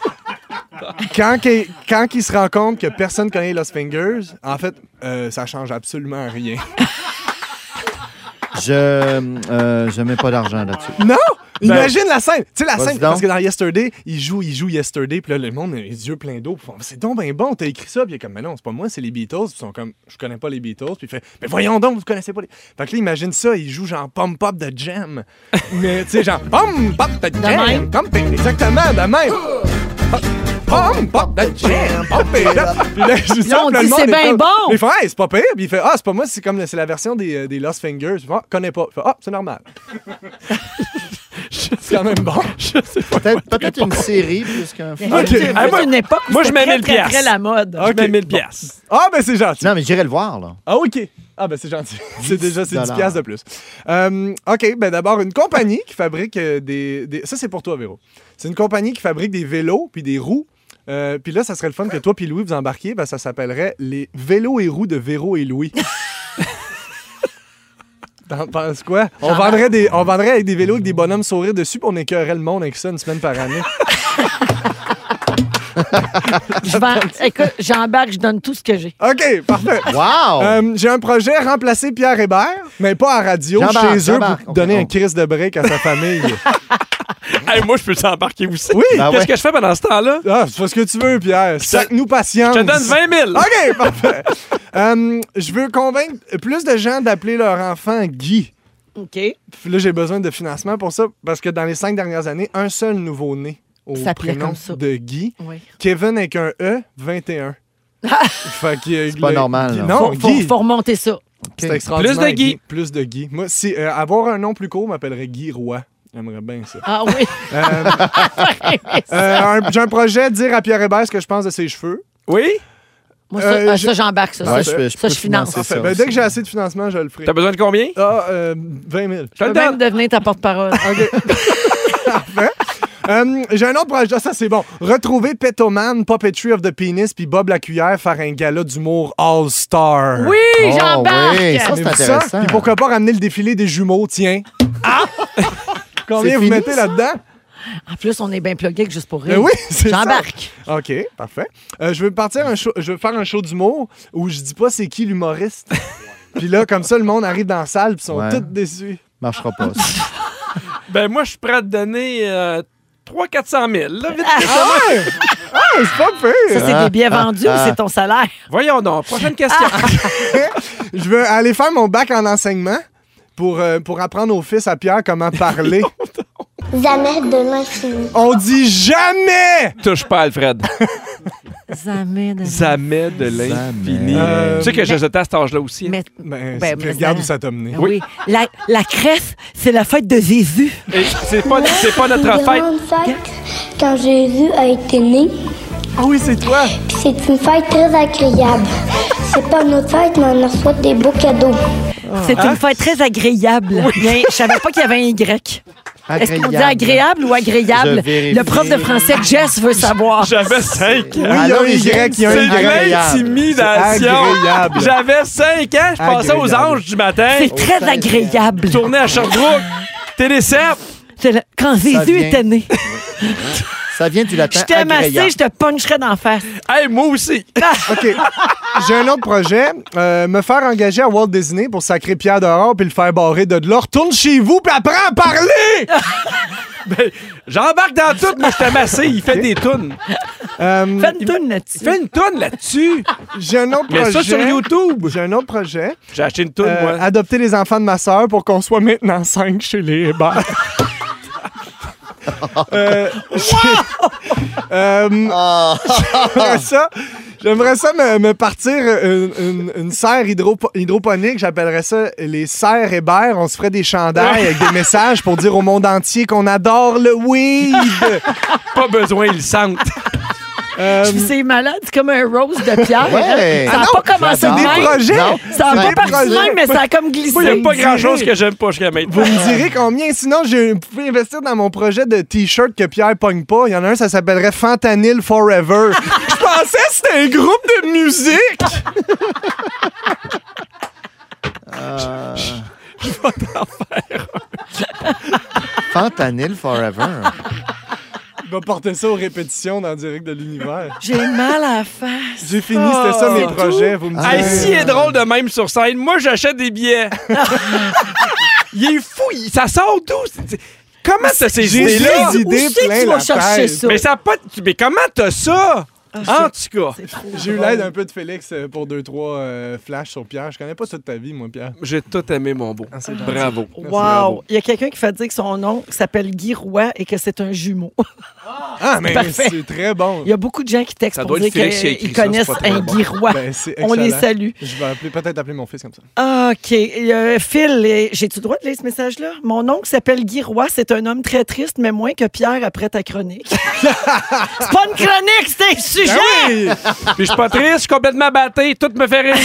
quand, qu'il- quand il se rend compte que personne connaît les Lost Fingers, en fait, euh, ça change absolument rien.
Je euh, je mets pas d'argent là-dessus.
Non! Imagine la scène! Tu sais, la
Ben, Vas-y
scène,
donc.
parce que dans Yesterday, il joue, il joue Yesterday, puis là, le monde a les yeux pleins d'eau, puis ils font, c'est donc ben bon, t'as écrit ça, puis il est comme, mais non, c'est pas moi, c'est les Beatles, puis ils sont comme, je connais pas les Beatles, puis il fait, mais voyons donc, vous connaissez pas les. Fait que là, imagine ça, il joue genre Pump Pop de Jam. mais tu sais, genre Pump Pop de Jam,
même.
pumping, exactement, de même. Pump Pop de Jam, pumping, là. Puis là, je joue ça,
on
puis là,
dit,
le monde
c'est
est
ben
comme-
bon.
Il fait, hey, c'est pas pire, puis il fait, ah, c'est pas moi, c'est comme, c'est la version des, euh, des Lost Fingers. Je fais, ah, connais pas. Il fait, ah, c'est normal. C'est quand même bon.
Peut-être peut-être une série plus qu'un film.
Ok.
C'est
Ah, moi-
une époque où
moi, je
c'était
mets
très,
1000
très, très,
piastres.
la mode.
Ah, Ok.
Je mets 1000
Bon.
piastres.
Ah, ben c'est gentil.
Non, mais j'irai le voir, là.
Ah, OK. Ah, ben c'est gentil. C'est déjà c'est 10
dollars.
piastres de plus. Euh, OK, ben d'abord, une compagnie qui fabrique euh, des, des- Ça, c'est pour toi, Véro. C'est une compagnie qui fabrique des vélos puis des roues. Euh, puis là, ça serait le fun que toi puis Louis vous embarquiez. Ben, ça s'appellerait les vélos et roues de Véro et Louis. T'en penses quoi? On vendrait, des, on vendrait avec des vélos avec des bonhommes sourires dessus, puis on écœurerait le monde avec ça une semaine par année.
Je vends- écoute, j'embarque, je donne tout ce que j'ai.
OK, parfait.
Wow!
Euh, J'ai un projet, remplacer Pierre Hébert, mais pas à radio,
J'embarque,
chez eux,
j'embarque.
pour donner
Ok, oh.
un
bon.
crise de break à sa famille.
Hey, moi, je peux t'embarquer aussi.
Oui! Ben
Ah
Qu'est-ce
ouais.
que je fais pendant ce temps-là?
Ah, fais ce que tu veux, Pierre. Sac-nous patience.
Je te donne 20 000.
OK, parfait. Euh, je veux convaincre plus de gens d'appeler leur enfant Guy.
OK.
Puis Là, j'ai besoin de financement pour ça, parce que dans les cinq dernières années, un seul nouveau-né au
S'appelait
prénom
comme ça.
de Guy,
Oui.
Kevin avec un E, 21. fait que,
C'est pas
le-
normal,
Guy-
là.
Non,
Faut, faut-
Oh, Guy,
faut remonter ça.
C'est extraordinaire,
Plus de Guy.
Plus de Guy. Moi, si, euh, avoir un nom plus court m'appellerait Guy Roy. J'aimerais bien ça.
Ah oui.
Euh, euh, un- J'ai un projet de dire à Pierre Hébert ce que je pense de ses cheveux.
Oui?
Moi, ça,
Euh,
euh,
je-
ça, j'embarque, ça.
Ouais,
ça,
peux-
ça,
peux
je finance.
financer
Parfait. Ben, dès que j'ai assez de financement, je le ferai.
T'as besoin de combien?
Ah, euh, 20 000.
Je te le
peux même
donne.
devenir ta porte-parole.
Euh, j'ai un autre projet. Ça, c'est bon. Retrouver Petoman, Puppetry of the Penis, puis Bob la cuillère faire un gala d'humour All-Star.
Ah Oui,
Oh,
j'embarque.
oui, ça, c'est
Avez-vous ça?
intéressant.
Puis pourquoi pas ramener le défilé des jumeaux, tiens. Ah! Combien
C'est
vous
fini,
mettez
ça?
là-dedans?
En plus, on est bien plugué que juste pour rire.
Ben oui, c'est ça.
J'embarque.
OK, parfait. Euh, je veux partir un show, je veux faire un show d'humour où je dis pas c'est qui l'humoriste. puis là, comme ça, le monde arrive dans la salle puis sont
Ouais.
tous déçus.
Marchera pas. ça.
Ben, moi, je suis prêt à te donner euh, 300-400 000. là, vite.
Ah, ouais! Ah, c'est pas
Ça,
pire!
c'est des billets vendus ou c'est ton salaire?
Voyons donc. Prochaine question.
Ah. Je veux aller faire mon bac en enseignement pour, euh, pour apprendre au fils à Pierre comment parler.
Jamais de l'infini.
On dit jamais!
Touche pas, Alfred.
Jamais de
Jamais de l'infini.
Euh,
Tu sais que je j'étais à cet âge-là aussi. hein.
Mais, Ben,
Ben, c'est-
mais
regarde
ça-
où ça t'a mené.
oui. La, la crèche, c'est la fête de Jésus.
Et C'est pas, c'est pas notre
C'est
fête.
vraiment une fête quand Jésus a été né.
Ah oui, c'est toi!
puis C'est une fête très agréable. C'est pas notre fête, mais on en reçoit des beaux cadeaux.
C'est une fête très agréable. Mais je savais pas qu'il y avait un Y. Est-ce qu'on dit agréable ou
Je
agréable?
vérifie.
Le prof de français, Jess, veut savoir.
J'avais
Oui,
5 ans.
il y a un
Alors,
Y, il y a
C'est
un
de
Y.
agréable.
l'intimidation.
C'est agréable.
J'avais 5 ans. Je passais aux
Agréable.
anges du matin.
C'est très agréable.
Je tournais à Sherbrooke. Télé 7.
C'est le- Quand Jésus
vient.
était né,
Ça vient du latin
je t'aime assez,
agréable.
je te puncherais d'en face.
Hey, moi aussi.
OK. J'ai un autre projet. Euh, me faire engager à Walt Disney pour sacrer Pierre dehors puis le faire barrer de de là. Retourne chez vous puis apprends à parler!
Ben, J'embarque dans tout, moi, je suis amassé. Il fait des tunes.
Euh,
Fais une toune là-dessus.
Il fait une tune là-dessus.
J'ai un autre
Mais
projet.
ça, sur YouTube.
J'ai un autre projet.
J'ai acheté une tune,
Euh,
moi.
Adopter les enfants de ma sœur pour qu'on soit maintenant cinq chez les Hébert. Euh, j'ai- Euh,
Ah!
j'aimerais ça, j'aimerais ça me, me partir une, une- une serre hydropo- hydroponique. J'appellerais ça les serres Hébert. On se ferait des chandails avec des messages pour dire au monde entier qu'on adore le weed.
Pas besoin, ils le sentent.
Euh,
C'est malade, c'est comme un rose de pierre.
Ouais.
Ça n'a
Ah
pas commencé de
j'adore.
des
Non,
même.
projets.
non,
Ça n'a
c'est
pas
des
parti de
projets.
même, mais ça a comme glissé.
Moi, il n'y a pas
direz.
grand-chose que j'aime pas jusqu'à maintenant.
Vous me direz combien. Sinon, je, vous pouvez investir dans mon projet de T-shirt que Pierre pogne pas. Il y en a un, ça s'appellerait Fentanyl Forever. Je pensais que c'était un groupe de musique.
Fentanyl Forever.
Il va porter ça aux répétitions dans Direct de l'Univers.
J'ai mal à la face.
J'ai fini, c'était ça mes
c'est Ah,
projets. Vous me direz.
Hey, si il est drôle de même sur scène, moi, j'achète des billets. il est fou. il- Ça sort d'où? C'est- c'est- Comment t'as ces
J'ai
idées-là?
des
Où
idées
c'est que
plein
tu vas
la
chercher
tête.
ça?
Mais, ça a pas... de- Mais comment t'as ça?
Ah,
en tout cas,
J'ai eu l'aide un peu de Félix euh, pour deux, trois euh, flashs sur Pierre. Je connais pas toute ta vie, moi, Pierre.
j'ai tout aimé, mon
Ah,
beau. Bravo.
Wow! Il y a quelqu'un qui fait dire que son nom s'appelle Guy Roy et que c'est un jumeau.
Ah, mais
Parfait.
c'est très bon.
Il y a beaucoup de gens qui textent
Ça
pour
doit
dire
être Félix qui a écrit
qu'ils
ça, c'est
connaissent
pas très
un
bon.
Guy Roy.
Ben, c'est
On les
excellent.
salue.
Je vais appeler- peut-être appeler mon fils comme ça.
OK. Euh, Phil, euh, j'ai-tu le droit de lire ce message-là? Mon oncle s'appelle Guy Roy. C'est un homme très triste, mais moins que Pierre après ta chronique. c'est pas une chronique, c'est un sujet!
Puis je suis pas triste, je suis complètement batté, tout me fait rire.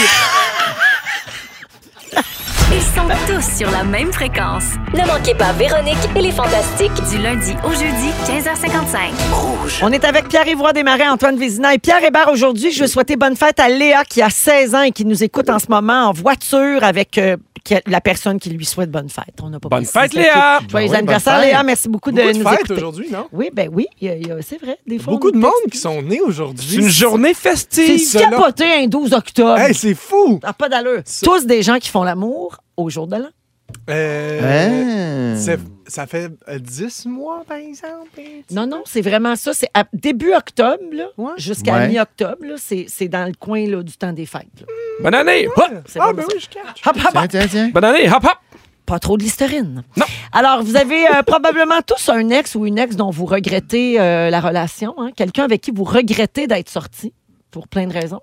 Ils sont tous sur la même fréquence.
Ne manquez pas Véronique et les Fantastiques.
Du lundi au jeudi, 15h55.
On est avec Pierre-Yves Roy Desmarais, Antoine Vézina et Pierre Hébert aujourd'hui. Je veux souhaiter bonne fête à Léa qui a 16 ans et qui nous écoute en ce moment en voiture avec euh, que- la personne qui lui souhaite bonne fête. On n'a pas
Bonne
précisé
fête,
ça.
Léa!
Joyeux
Ben oui,
anniversaire,
bonne fête.
Léa. Merci beaucoup,
Beaucoup
de
de
nous
fêtes
écouter.
aujourd'hui, non?
Oui, ben oui, il y a- il y a- c'est vrai. Des fois,
Beaucoup
on
de
nous
monde
texte.
qui sont nés aujourd'hui.
C'est une journée festive.
C'est
Selon-
capoté un 12 octobre.
Hey, c'est fou!
Ça n'a pas d'allure. Tous des gens qui font l'amour au jour de l'an.
Euh,
Hein?
c'est- Ça fait euh, 10 mois, par exemple? hein, tu-
Non, non, c'est vraiment ça. C'est à début octobre, là,
Ouais.
jusqu'à
Ouais.
mi-octobre. là. C'est c'est dans le coin là, du temps des fêtes. là.
Bonne année! Hop!
C'est
Ah,
bon,
ben
ça.
oui, je catch.
Hop, hop, hop.
Tiens, tiens, tiens.
Bonne année! Hop, hop!
Pas trop de l'hystérine.
Non.
Alors, vous avez euh, probablement tous un ex ou une ex dont vous regrettez euh, la relation. hein. Quelqu'un avec qui vous regrettez d'être sorti pour plein de raisons.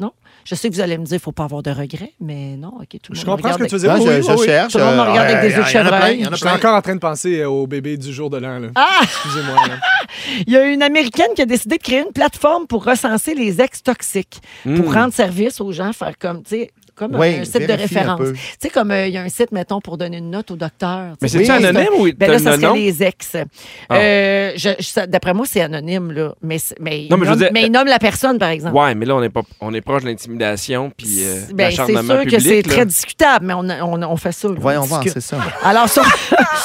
Non? Je sais que vous allez me dire qu'il ne faut pas avoir de regrets, mais non, OK, tout le
Je
monde me
comprends
regarde
ce que tu veux
avec-
dire.
Non,
oui,
je,
oui,
je
oui.
cherche.
Tout le monde me
euh,
regarde avec des
il y
yeux
en
de
a plein,
chevreuil.
il y en a
Je suis
plein.
encore en train de penser euh, au bébé du jour de l'an. là.
Ah!
Excusez-moi. là.
Il y a une Américaine qui a décidé de créer une plateforme pour recenser les ex toxiques,
Hmm.
pour rendre service aux gens, faire comme, tu sais, comme
Oui,
un site de
vérifie un
référence.
peu.
Tu sais, comme euh, il y a un site, mettons, pour donner une note au docteur. tu
Mais
sais.
c'est-tu anonyme ou
Ben là,
t'as
ça
le nom? Ah.
serait les ex. Euh, je- je- ça- D'après moi, c'est anonyme, là. Mais, c'est- mais, il
Non, mais je
nomme,
veux dire-
mais il nomme la personne, par exemple.
Ouais, mais là, on est, pas, on est proche de l'intimidation puis euh,
Ben, Ah. c'est
l'acharnement
sûr que
public,
c'est
là.
très discutable, mais on, a- on, a- on fait ça. là, on
Voyons voir,
discute.
c'est ça.
Alors, son,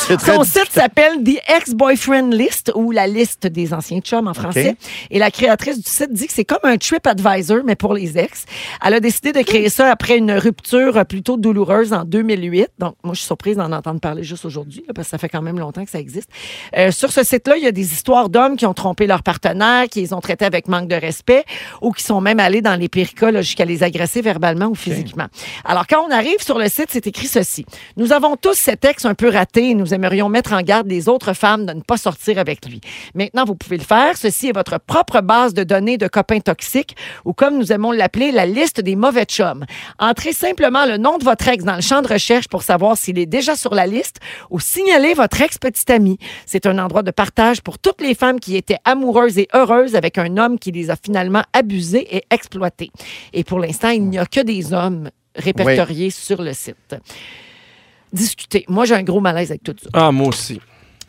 C'est très
son site s'appelle The Ex-Boyfriend List ou la liste des anciens chums en français. Et la créatrice du site dit que c'est comme un trip advisor, mais pour les ex. Elle a décidé de créer ça après une rupture euh, plutôt douloureuse en 2008. Donc, moi, je suis surprise d'en entendre parler juste aujourd'hui, là, parce que ça fait quand même longtemps que ça existe. Euh, sur ce site-là, il y a des histoires d'hommes qui ont trompé leur partenaire, qui les ont traités avec manque de respect ou qui sont même allés dans les pires cas là, jusqu'à les agresser verbalement ou physiquement. Alors, quand on arrive sur le site, c'est écrit ceci. Nous avons tous cet ex un peu raté et nous aimerions mettre en garde les autres femmes de ne pas sortir avec lui. Maintenant, vous pouvez le faire. Ceci est votre propre base de données de copains toxiques ou comme nous aimons l'appeler, la liste des mauvais chums. Entrez simplement le nom de votre ex dans le champ de recherche pour savoir s'il est déjà sur la liste ou signaler votre ex-petit ami. C'est un endroit de partage pour toutes les femmes qui étaient amoureuses et heureuses avec un homme qui les a finalement abusées et exploitées. Et pour l'instant, il n'y a que des hommes répertoriés sur le site. Discuter. Moi, j'ai un gros malaise avec tout ça.
Ah, moi aussi.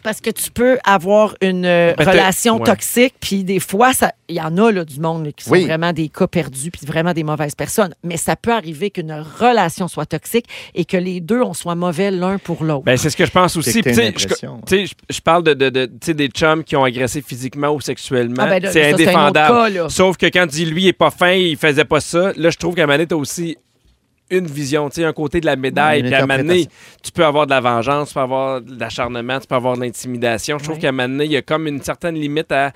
Parce que tu peux avoir une euh,
Ben, t'as-
relation
ouais.
toxique, puis des fois, ça- il y en a là, du monde là, qui sont
Oui.
vraiment des cas perdus, puis vraiment des mauvaises personnes. Mais ça peut arriver qu'une relation soit toxique et que les deux, on soit mauvais l'un pour l'autre.
Ben, c'est ce que je pense aussi.
C'est que
Puis,
t'as une
tu sais, je-
impression.
tu sais, je je parle de, de- de- tu sais, des chums qui ont agressé physiquement ou sexuellement.
Ah, ben, là,
c'est
ça, c'est un autre
indéfendable.
cas, là.
Sauf que quand tu dis lui, il est pas fin, il faisait pas ça. Là, je trouve qu'à Manette aussi une vision, tu sais, un côté de la médaille.
Une
Puis à un moment donné,
interprétation.
tu peux avoir de la vengeance, tu peux avoir de l'acharnement, tu peux avoir de l'intimidation. Je trouve
Ouais.
qu'à un moment donné, il y a comme une certaine limite à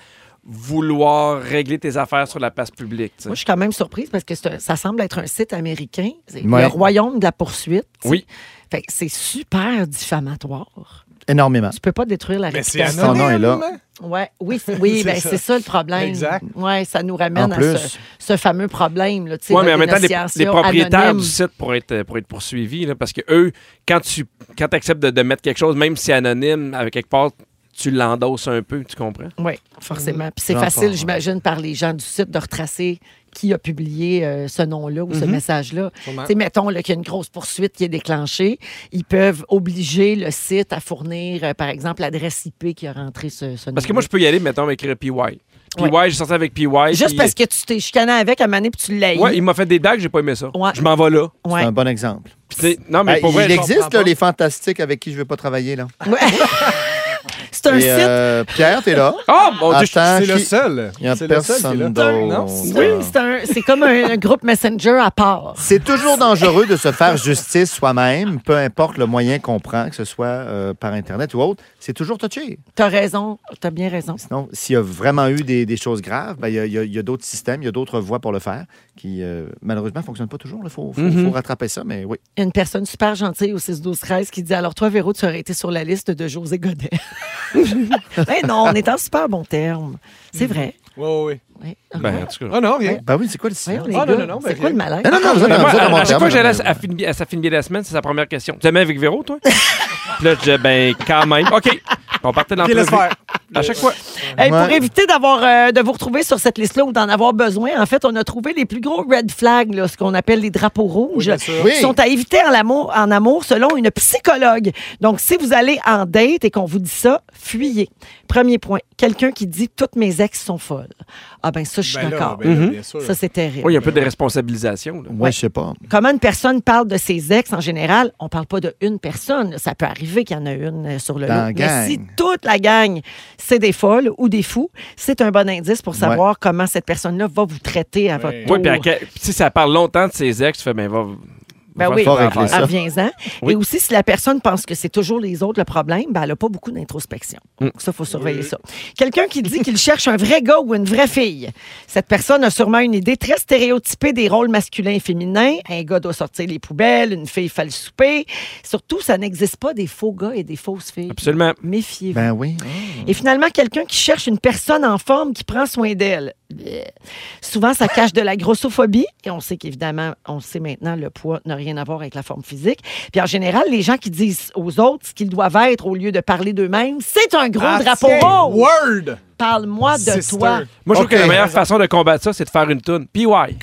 vouloir régler tes affaires sur la place publique. tu sais.
Moi, je suis quand même surprise parce que c'est un- ça semble être un site américain. C'est
Ouais.
Le royaume de la poursuite. tu sais.
Oui.
Fait que c'est super diffamatoire.
Énormément.
Tu peux pas détruire la
Mais Ben, c'est
réputation.
Son Ah, nom est là.
anonyme. hein?
Ouais, oui, c'est- oui,
C'est
ben,
ça.
c'est ça le problème.
Exact.
Ouais, ça nous ramène
En
à
plus.
ce, ce fameux problème. Là, tu sais,
Oui,
de
mais en même temps, les, les
dénonciation
propriétaires
anonyme.
du site pourraient être, pourraient être poursuivis, là, parce que eux, quand tu quand acceptes de, de mettre quelque chose, même si c'est anonyme, avec quelque part, tu l'endosses un peu, tu comprends?
Oui, forcément. Puis c'est
J'en
facile,
parle.
j'imagine, par les gens du site de retracer qui a publié euh, ce nom-là ou ce message-là. Tu
Mm-hmm. Sûrement.
sais, mettons là, qu'il y a une grosse poursuite qui est déclenchée. Ils peuvent obliger le site à fournir, euh, par exemple, l'adresse IP qui a rentré ce, ce
Parce que moi, je peux y aller, mettons, écrire PY. PY,
Ouais.
j'ai sorti avec PY.
Juste
puis-
parce que tu t'es chicané avec à Mané puis tu l'as
Ouais, il m'a fait des dagues, j'ai pas aimé ça.
Ouais.
Je m'en vais là.
C'est un bon exemple.
Puis tu sais, non, Ah, mais
Hey,
pour vrai,
Ben, il
je
existe
comprends
là,
pas.
les fantastiques avec qui je veux pas travailler. là.
C'est un
Et,
site.
euh, Pierre, t'es là.
Ah, mon Dieu, je-
Attends,
C'est le
qui-
seul.
Il y a
C'est le seul qui est là.
personne d'autre.
Oui, c'est un- c'est comme un, un groupe Messenger à part.
C'est toujours dangereux de se faire justice soi-même, peu importe le moyen qu'on prend, que ce soit euh, par Internet ou autre. C'est toujours touché.
T'as raison, t'as bien raison.
Sinon, s'il y a vraiment eu des, des choses graves, ben, il y a- il y a, il y a d'autres systèmes, il y a d'autres voies pour le faire qui, euh, malheureusement, ne fonctionnent pas toujours. Il faut, faut-
Mhm.
faut rattraper ça, mais oui.
Il y a une personne super gentille au 6-12-13 qui dit Alors, toi, Véro, tu aurais été sur la liste de José Godet. Mais non, on est en super bon terme. C'est vrai.
Oui, oui, oui.
Ouais.
Ben, en tout cas.
Ah non, rien.
Ben oui, c'est quoi le
Voyons,
système?
les
Ah, non,
gars,
non, non, ben,
c'est quoi le
rien.
malaise?
Non, non, non, vous
Ah, Mais
êtes dans-
moi,
vous êtes dans
à,
mon
à chaque
terme.
fois que j'allais à, à Fine- à sa fine bière de la semaine, c'est sa première question. Tu es avec Véro, toi? Puis là, je disais, ben, quand même. OK. On partait de
Ok, laisse
l'entrevue.
faire.
À chaque fois.
Hey, Pour
Ouais.
éviter d'avoir euh, de vous retrouver sur cette liste-là ou d'en avoir besoin, en fait, on a trouvé les plus gros red flags, là, ce qu'on appelle les drapeaux rouges,
Oui.
qui sont à éviter en amour, en amour selon une psychologue. Donc, si vous allez en date et qu'on vous dit ça, fuyez. Premier point, quelqu'un qui dit « toutes mes ex sont folles ». Ah ben ça, je suis
Ben là,
d'accord.
ben là, bien sûr.
Ça, c'est terrible.
Oui, il y a un peu de responsabilisation. là.
Moi, je sais pas.
Comment une personne parle de ses ex en général, on parle pas de une personne. Ça peut arriver qu'il y en a une euh, sur le
Dans la
lot.
gang.
Mais si toute la gang, c'est des folles ou des fous, c'est un bon indice pour savoir comment cette personne-là va vous traiter à votre tour.
Oui, puis à quel- puis si ça parle longtemps de ses ex, tu fais, ben, va. va
Ben
faire
oui,
fort
régler ça.
reviens-en.
Oui.
Et aussi, si la personne pense que c'est toujours les autres le problème, ben, elle n'a pas beaucoup d'introspection.
Mm.
Donc, ça, il faut surveiller ça. Quelqu'un qui dit qu'il cherche un vrai gars ou une vraie fille. Cette personne a sûrement une idée très stéréotypée des rôles masculins et féminins. Un gars doit sortir les poubelles, une fille fait le souper. Surtout, ça n'existe pas des faux gars et des fausses filles.
Absolument.
Méfiez-vous.
Ben oui.
Et finalement, quelqu'un qui cherche une personne en forme qui prend soin d'elle. Bleh. Souvent, ça cache de la grossophobie. Et on sait qu'évidemment, on sait maintenant, le poids n'a rien à voir avec la forme physique. Puis en général, les gens qui disent aux autres ce qu'ils doivent être au lieu de parler d'eux-mêmes, c'est un gros
Ah,
drapeau
tiens,
rose.
Word!
Parle-moi de
Sister.
toi.
Moi, je trouve
Ok.
que la meilleure façon de combattre ça, c'est de faire une toune. PY.
Ah,
Fais une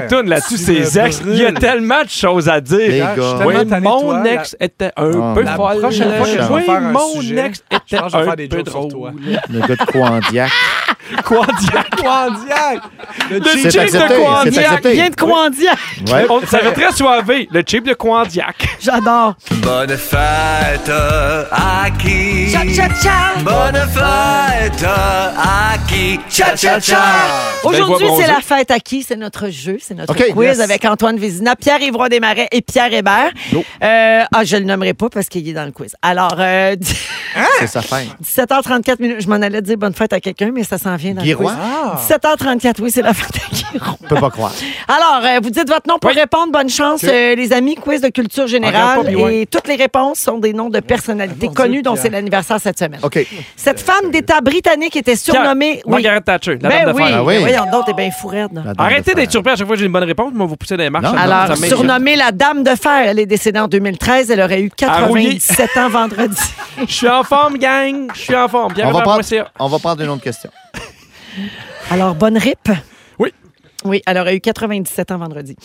Pierre.
toune là-dessus,
tu
ses
me
ex. Il y a
brûles.
tellement de choses à dire.
Les
Pierre, je suis
gars.
Oui,
tellement tanné de
mon
toi, la-
ex était un
Ah,
peu
la
folle.
prochaine
fois que je vais
oui,
faire un
mon
sujet,
ex était
je pense que je vais
un
faire des
peu
jokes sur
drôle.
toi.
Le gars de Coindiac.
Quoi dire?
Quandiac! Le
Le
cheese
cheap
accepté,
de
c'est
Coindiac.
accepté.
Viens de Coandia.
Ouais.
On- Ça va très soivé. Le cheap de Coindiac.
J'adore.
Ben,
Bonne fête à qui
Cha, cha, cha.
Bonne fête à qui Cha cha cha.
Aujourd'hui,
voix
c'est
bronzée.
la fête à qui? C'est notre jeu, c'est notre
OK,
quiz
yes.
avec Antoine Vézina, pierre yvroy Desmarais et Pierre Hébert.
Yo.
Euh, ah, je le nommerai pas parce qu'il est dans le quiz. Alors, euh,
C'est sa fin.
17h34 minutes, je m'en allais dire bonne fête à quelqu'un, mais ça s'en vient dans
Guirois.
le quiz. 17h34, oui, c'est la fête à Guirois.
Je peux pas croire.
Alors, euh, vous dites votre nom pour répondre. Bonne chance, euh, les amis. Quiz de culture générale.
Regarde pas, puis ouais.
et toutes les réponses sont des noms de personnalités
Dieu,
connues dont
Pierre.
c'est l'anniversaire cette semaine.
OK.
Cette femme d'État britannique était surnommée... oui.
Margaret Thatcher, la
Ben
dame de
oui,
fer.
Ah oui.
ben voyons donc, t'es bien fourrette.
La dame de
Arrêtez
fer.
d'être surpris à chaque fois que j'ai une bonne réponse, moi vous poussez dans les marches.
Non,
Ça-
Alors,
ça m'énerve.
surnommée la Dame de Fer, elle est décédée en 2013. Elle aurait eu
À Rouilly.
97 ans vendredi.
Je suis en forme, gang. Je suis en forme. Pierre
On va,
Hébert, moi, c'est-
prendre, on va prendre une autre question.
Alors, bonne rip.
Oui.
Oui, elle aurait eu 97 ans vendredi.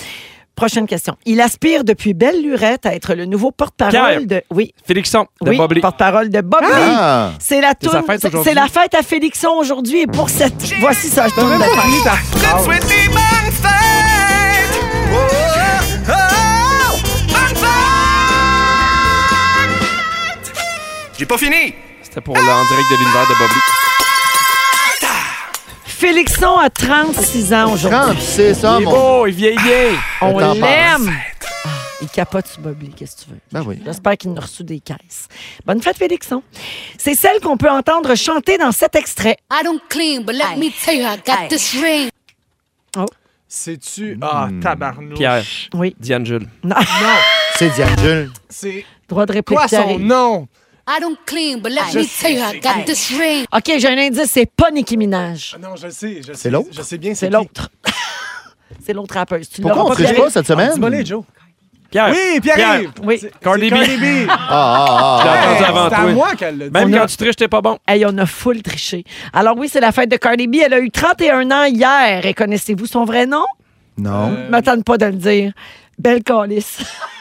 Prochaine question. Il aspire depuis belle lurette à être le nouveau porte-parole
Pierre.
de. Oui,
Félixon de
oui,
Boblé.
porte-parole de Bob Lee.
Ah!
C'est la
C'est sa
toune-
fête
c'est-
aujourd'hui.
C'est la fête à Félixon aujourd'hui et pour cette. Voici sa tourne de fête.
Te souhaiter bonne fête. Oh, oh, oh, bonne fête. J'ai pas fini.
C'était pour le en direct de l'univers de Boblé.
Félixon a 36 ans Ah, aujourd'hui.
36 hommes, Il est beau,
il vieillit bien.
On
Le temps
l'aime. Ah, il capote sur Bob Lee, qu'est-ce que tu veux?
Ben oui.
J'espère qu'il nous a reçu des caisses. Bonne fête, Félixon. C'est celle qu'on peut entendre chanter dans cet extrait.
I don't clean, but let me tell you, I got this ring.
C'est-tu. Ah, tabarnouche.
Pierre.
Oh,
Oui.
Diane Jules.
Non.
C'est Diane Jules.
C'est.
Droit de réplique.
Quoi son
Pierre.
nom?
I don't clean, but let me tell you, I got this ring.
OK, j'ai un indice, c'est pas Nicki Minaj.
Ah Non, je le sais. je le
C'est
sais,
l'autre?
Je sais bien,
C'est
qui.
l'autre. c'est l'autre rappeuse. Tu
Pourquoi on
l'auras
ne triche
Pierre.
pas cette
Ah,
semaine?
Dis-moi les, Joe.
Pierre.
Oui, Pierre-Yves.
Oui.
C'est-
Cardi
c'est
B.
Cardi B.
Ah, ah, ah,
Je l'ai entendu
ah.
Hey,
avant
C'est à
toi.
moi qu'elle l'a dit.
Même
On
quand
a-
tu triches, t'es pas bon.
Hey, on a full triché. Alors oui, c'est la fête de Cardi B. Elle a eu 31 ans hier. Et connaissez-vous son vrai nom?
Non.
Euh.
ne M'attends pas de le dire. Belle Callis.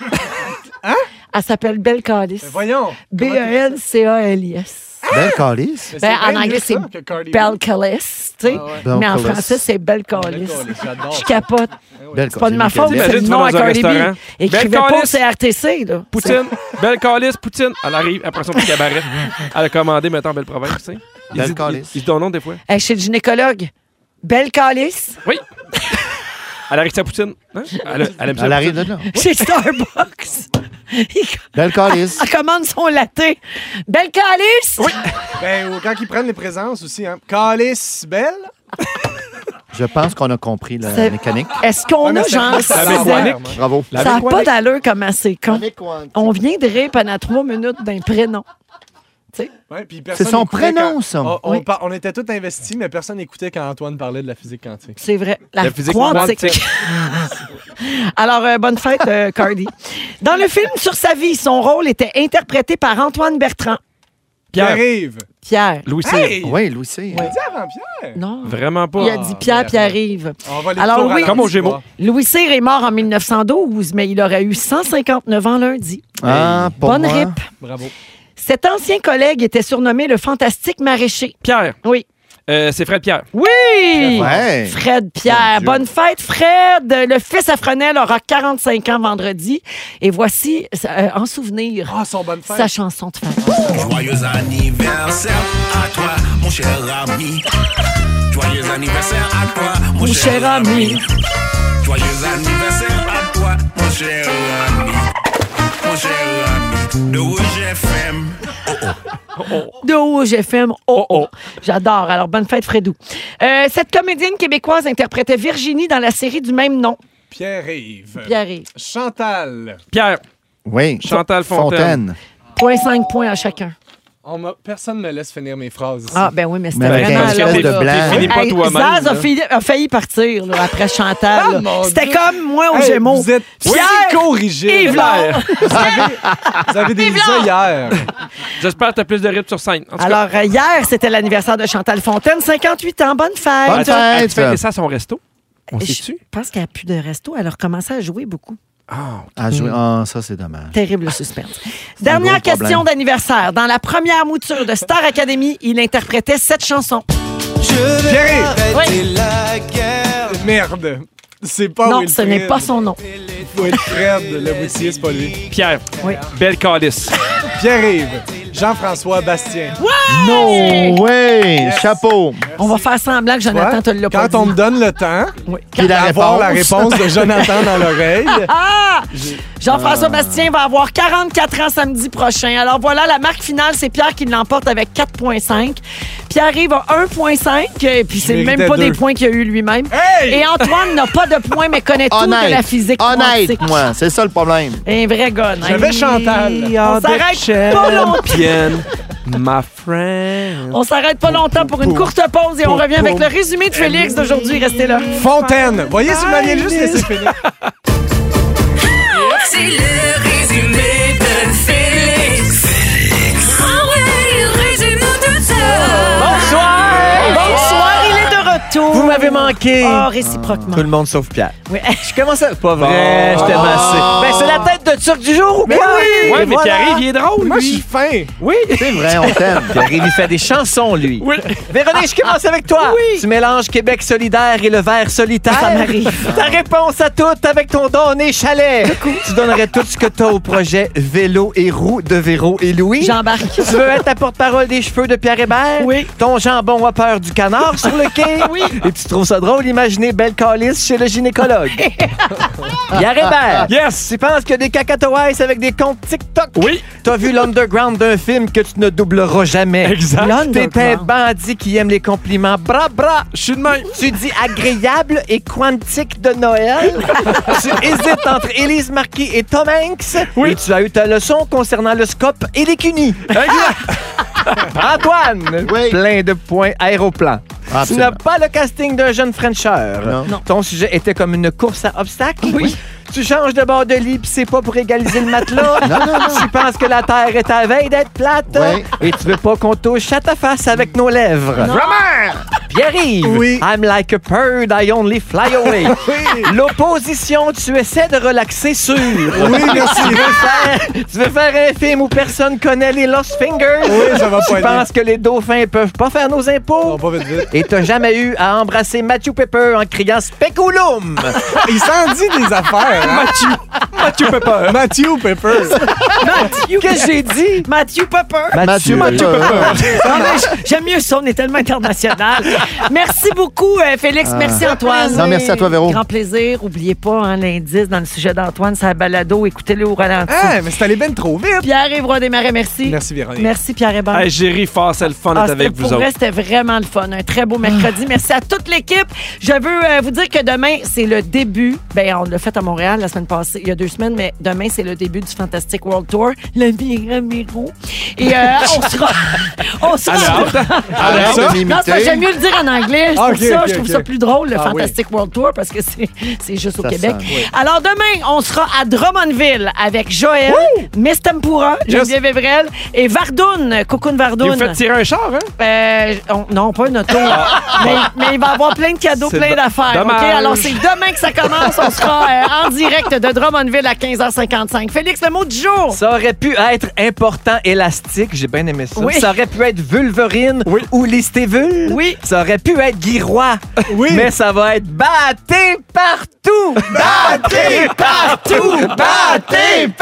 Hein?
Elle s'appelle Belle E Callis.
Ben Voyons.
E
B-E-N-C-A-L-I-S.
Belle calice.
Mais
Ben,
bien
en
mieux
anglais,
ça
c'est
que Cardi B.
Belle Callis. tu sais.
Ah ouais.
Belle
Mais en
Callis.
français, c'est Belle Callis.
Callis, j'adore
Je
ça.
capote.
Belle
C'est pas de ma
calice.
faute,
Imagine,
c'est le
tu
nom
vas
à
dans un
Cardi B.
restaurant.
Écrivez
Belle
pas au
Callis.
CRTC, là.
Poutine. Belle calice, Poutine. Elle arrive après son petit cabaret. Elle a commandé maintenant Belle Province, tu sais. Ils-
Belle
ils-
calice.
Ils se donnent nom des fois.
Hey, chez le gynécologue. Belle Callis.
Oui. Elle arrive sa Poutine. Hein? Elle, elle aime ça.
Elle
la
arrive
poutine.
de là.
Chez Starbucks. Il-
Belle calice.
Elle commande son latte. Belle Calice! Oui.
Ben, ou quand ils prennent les présences aussi, hein. Calice Belle.
Je pense qu'on a compris la
C'est- Ah,
mécanique.
Est-ce qu'on
Ouais, Ah, mais
a
c'est-
genre
c'est
six
avec
ans?
Wanick.
Bravo.
Ça n'a pas
Wanick.
d'allure comment c'est con. On vient de rire pendant trois minutes d'un prénom.
Ouais, puis personne
son
écoutait
prénom,
quand-
ça.
On, on
Oui.
par- on était tous investis, mais personne n'écoutait quand Antoine parlait de la physique quantique.
C'est vrai. La,
La physique
quantique.
quantique.
Alors, euh, bonne fête, euh, Cardi. Dans le film Sur sa vie, son rôle était interprété par Antoine Bertrand.
Pierre
Pierre.
arrive.
Pierre.
Louis C.
Hey!
Oui, Louis C.
Dis avant Pierre.
Non.
Vraiment pas.
Il a dit Pierre,
Pierre.
Pierre arrive.
On va les
Alors,
tours
oui.
à la
Comme aux
petite
Gémeaux.
voix.
Louis Cyr est mort en 1912, mais il aurait eu 159 ans lundi.
Ah, pour
Bonne
moi.
rip.
Bravo.
Cet ancien collègue était surnommé le fantastique maraîcher.
Pierre.
Oui.
Euh, c'est Fred Pierre.
Oui!
Ouais.
Fred Pierre.
Mon Dieu.
Bonne fête, Fred. Le fils à Fresnel aura 45 ans vendredi. Et voici, euh, en souvenir,
Ah, son bonne fête.
sa chanson de fête.
Joyeux anniversaire à toi, mon cher ami. Joyeux anniversaire à toi, mon,
Mon cher ami.
Joyeux anniversaire à toi, mon cher ami. Mon cher ami de Rouge FM.
De Rouge FM. Oh, oh. J'adore. Alors, bonne fête, Fredou. Euh, cette comédienne québécoise interprétait Virginie dans la série du même nom.
Pierre arrive.
Pierre arrive.
Chantal.
Pierre.
Oui.
Chantal Fontaine.
Point cinq points à chacun.
On m'a- Personne ne me laisse finir mes phrases. ici.
Ah, ben oui, mais c'était
Mais avec
vraiment...
un
là,
espèce de
là.
blanc.
Finis pas
Hey,
toi-même,
Zaz a
là.
failli, a failli partir là, après Chantal.
Ah,
là.
mon
C'était
Dieu.
comme moi au
Hey,
Gémeaux.
Vous êtes psychorigide.
Yves Laure.
Vous avez, vous avez des visas hier.
J'espère que t'as plus de rythme sur scène. En tout cas,
Alors, euh, hier, c'était l'anniversaire de Chantal Fontaine, 58 ans. Bonne fête.
Bonne
elle te fêtait
fête.
ça à son resto. On
Je
sait-tu?
pense qu'elle n'a plus de resto. Elle a recommencé à jouer beaucoup.
À jouer. Ah, ça, c'est dommage.
Terrible le suspense.
un
Dernière
gros problème.
question d'anniversaire. Dans la première mouture de Star Academy, il interprétait cette chanson.
Pierre arrive. Merde. C'est pas
non,
Wilfred.
ce n'est pas son nom.
Wilfred, le boutier, c'est pas lui.
Pierre.
Oui.
Belle calice.
Pierre arrive. Jean-François Bastien.
No way! Chapeau.
On va faire semblant que Jonathan te l'a pas
Quand on me
dit.
donne le temps
Oui.
Puis la
d'avoir
réponse.
la réponse de Jonathan dans l'oreille,
Ah! Jean-François Bastien va avoir 44 ans samedi prochain. Alors voilà, la marque finale, c'est Pierre qui l'emporte avec 4,5. Pierre arrive à 1,5, et puis c'est même
méritais
pas des
deux.
points qu'il a eu lui-même.
Hey!
Et Antoine n'a pas de points, mais connaît tout de la physique
Honnête,
quantique.
moi. C'est ça le problème.
Un vrai gars. hein.
J'avais Chantal.
On s'arrête pas longtemps.
Champion, ma friend.
On s'arrête pas longtemps pour une courte pause et on revient avec le résumé de Félix d'aujourd'hui. Restez là.
Fontaine. Voyez si vous m'aviez juste laissé finir.
C'est le résumé de Félix. Félix. Ah ouais, il résume tout ça.
Bonsoir! Bonsoir, il est de retour.
m'avez manqué.
Ah, réciproquement.
Tout le monde sauf Pierre.
Oui.
Je commence à. Pas vrai, je t'ai
Ah!
massé. Ben, c'est la tête de Turc du jour ou
Mais
quoi?
oui!
Et
Ouais, mais
voilà.
Pierre-Yves, il est drôle, Moi, lui. je suis fin.
Oui! C'est vrai, on t'aime. Pierre-Yves, il fait des chansons, lui. Oui. Véronique, je commence avec toi. Oui. Tu mélanges Québec solidaire et le vert solitaire.
Ça m'arrive.
Ta réponse à tout avec ton don et chalet. Tu donnerais tout ce que t'as au projet Vélo et roue de Véro et Louis.
J'embarque.
Tu veux être la porte-parole des cheveux de Pierre Hébert? Oui. Ton jambon a peur du canard sur le quai? Oui. Et tu trouves ça drôle, imaginez Belle Calice chez le gynécologue. Pierre Hébert. Yes. Tu penses qu'il y a des cacatoès avec des comptes TikTok? Oui. T'as vu l'underground d'un film que tu ne doubleras jamais.
Exact.
T'es un
L'Underground.
bandit qui aime les compliments. Bra, bra. Je suis de même. Tu dis agréable et quantique de Noël. tu hésites entre Élise Marquis et Tom Hanks. Oui. Et tu as eu ta leçon concernant le scope et les cunis. Antoine, plein de points aéroplan. Tu
Absolument.
n'as pas le casting d'un jeune Frencher.
Non. Non.
Ton sujet était comme une course à obstacles. Oui. Tu changes de bord de lit, puis c'est pas pour égaliser le matelas.
Non, non, non.
Tu penses que la terre est à veille d'être plate.
Oui.
Et tu veux pas qu'on touche à ta face avec nos lèvres.
Non.
Vraiment! Pierre-Yves, I'm like a bird, I only fly away. L'opposition, tu essaies de relaxer sur.
Oui, merci.
Tu veux faire, tu veux faire un film où personne connaît les Lost Fingers?
Oui, ça va
Tu
pas aider.
penses que les dauphins peuvent pas faire nos impôts? Non, pas vite, vite. Et t'as jamais eu à embrasser Matthew Pepper en criant Speculum!
Il s'en dit des affaires.
Matthew Pepper.
Matthew Pepper.
Mathieu.
Qu'est-ce que j'ai dit?
Mathieu Pepper.
Mathieu Mathieu Pepper.
euh,
Pepper.
Non, mais j- J'aime mieux ça, on est tellement international. merci beaucoup, euh, Félix.
Ah.
Merci, Antoine.
Non, merci à toi, Véro.
Grand plaisir. Oubliez pas hein, l'indice dans le sujet d'Antoine, sa balado. Écoutez-le au ralenti.
Ah, mais c'est allé bien trop vite.
Pierre-Yves Roy-Desmarais, merci.
Merci, Véronique.
Merci, Pierre Hébert.
Hey, J'ai ri fort, c'est le fun
Ah,
d'être
c'était-
avec vous
pour vrai,
autres.
c'était vraiment le fun. Un très beau mercredi. Merci à toute l'équipe. Je veux euh, vous dire que demain, c'est le début. Ben, on l'a fait à Montréal la semaine passée, il y a deux semaines, mais demain, c'est le début du Fantastic World Tour. Le Mira Miro. Et euh, on sera. on sera.
Alors, alors,
Non,
de m'imiter.
c'est parce que j'aime mieux le dire en anglais. C'est
Ah,
pour
ok,
ça,
ok,
je trouve
ok.
ça plus drôle, le
Ah, oui.
Fantastic World Tour, parce que c'est c'est juste au
Ça
Québec.
sonne, oui.
Alors, demain, on sera à Drummondville avec Joël, Miss Tempura,
Yes.
Geneviève Evrel et Vardoun, Cocoon Vardoun.
Vous faites tirer un char, hein?
Euh, on- non, pas une auto. mais, mais il va y avoir plein de cadeaux,
Ah. C'est
plein
do-
d'affaires. OK?
dommage.
Alors, c'est demain que ça commence. On sera euh, en direct de Drummondville à 15h55. Félix, le mot du jour.
Ça aurait pu être important élastique, j'ai bien aimé ça.
Oui.
Ça aurait pu être Vulverine ou Listévule.
Oui.
Ça aurait pu être Guirois. Oui. Mais ça va être batté partout. Batté partout. Batté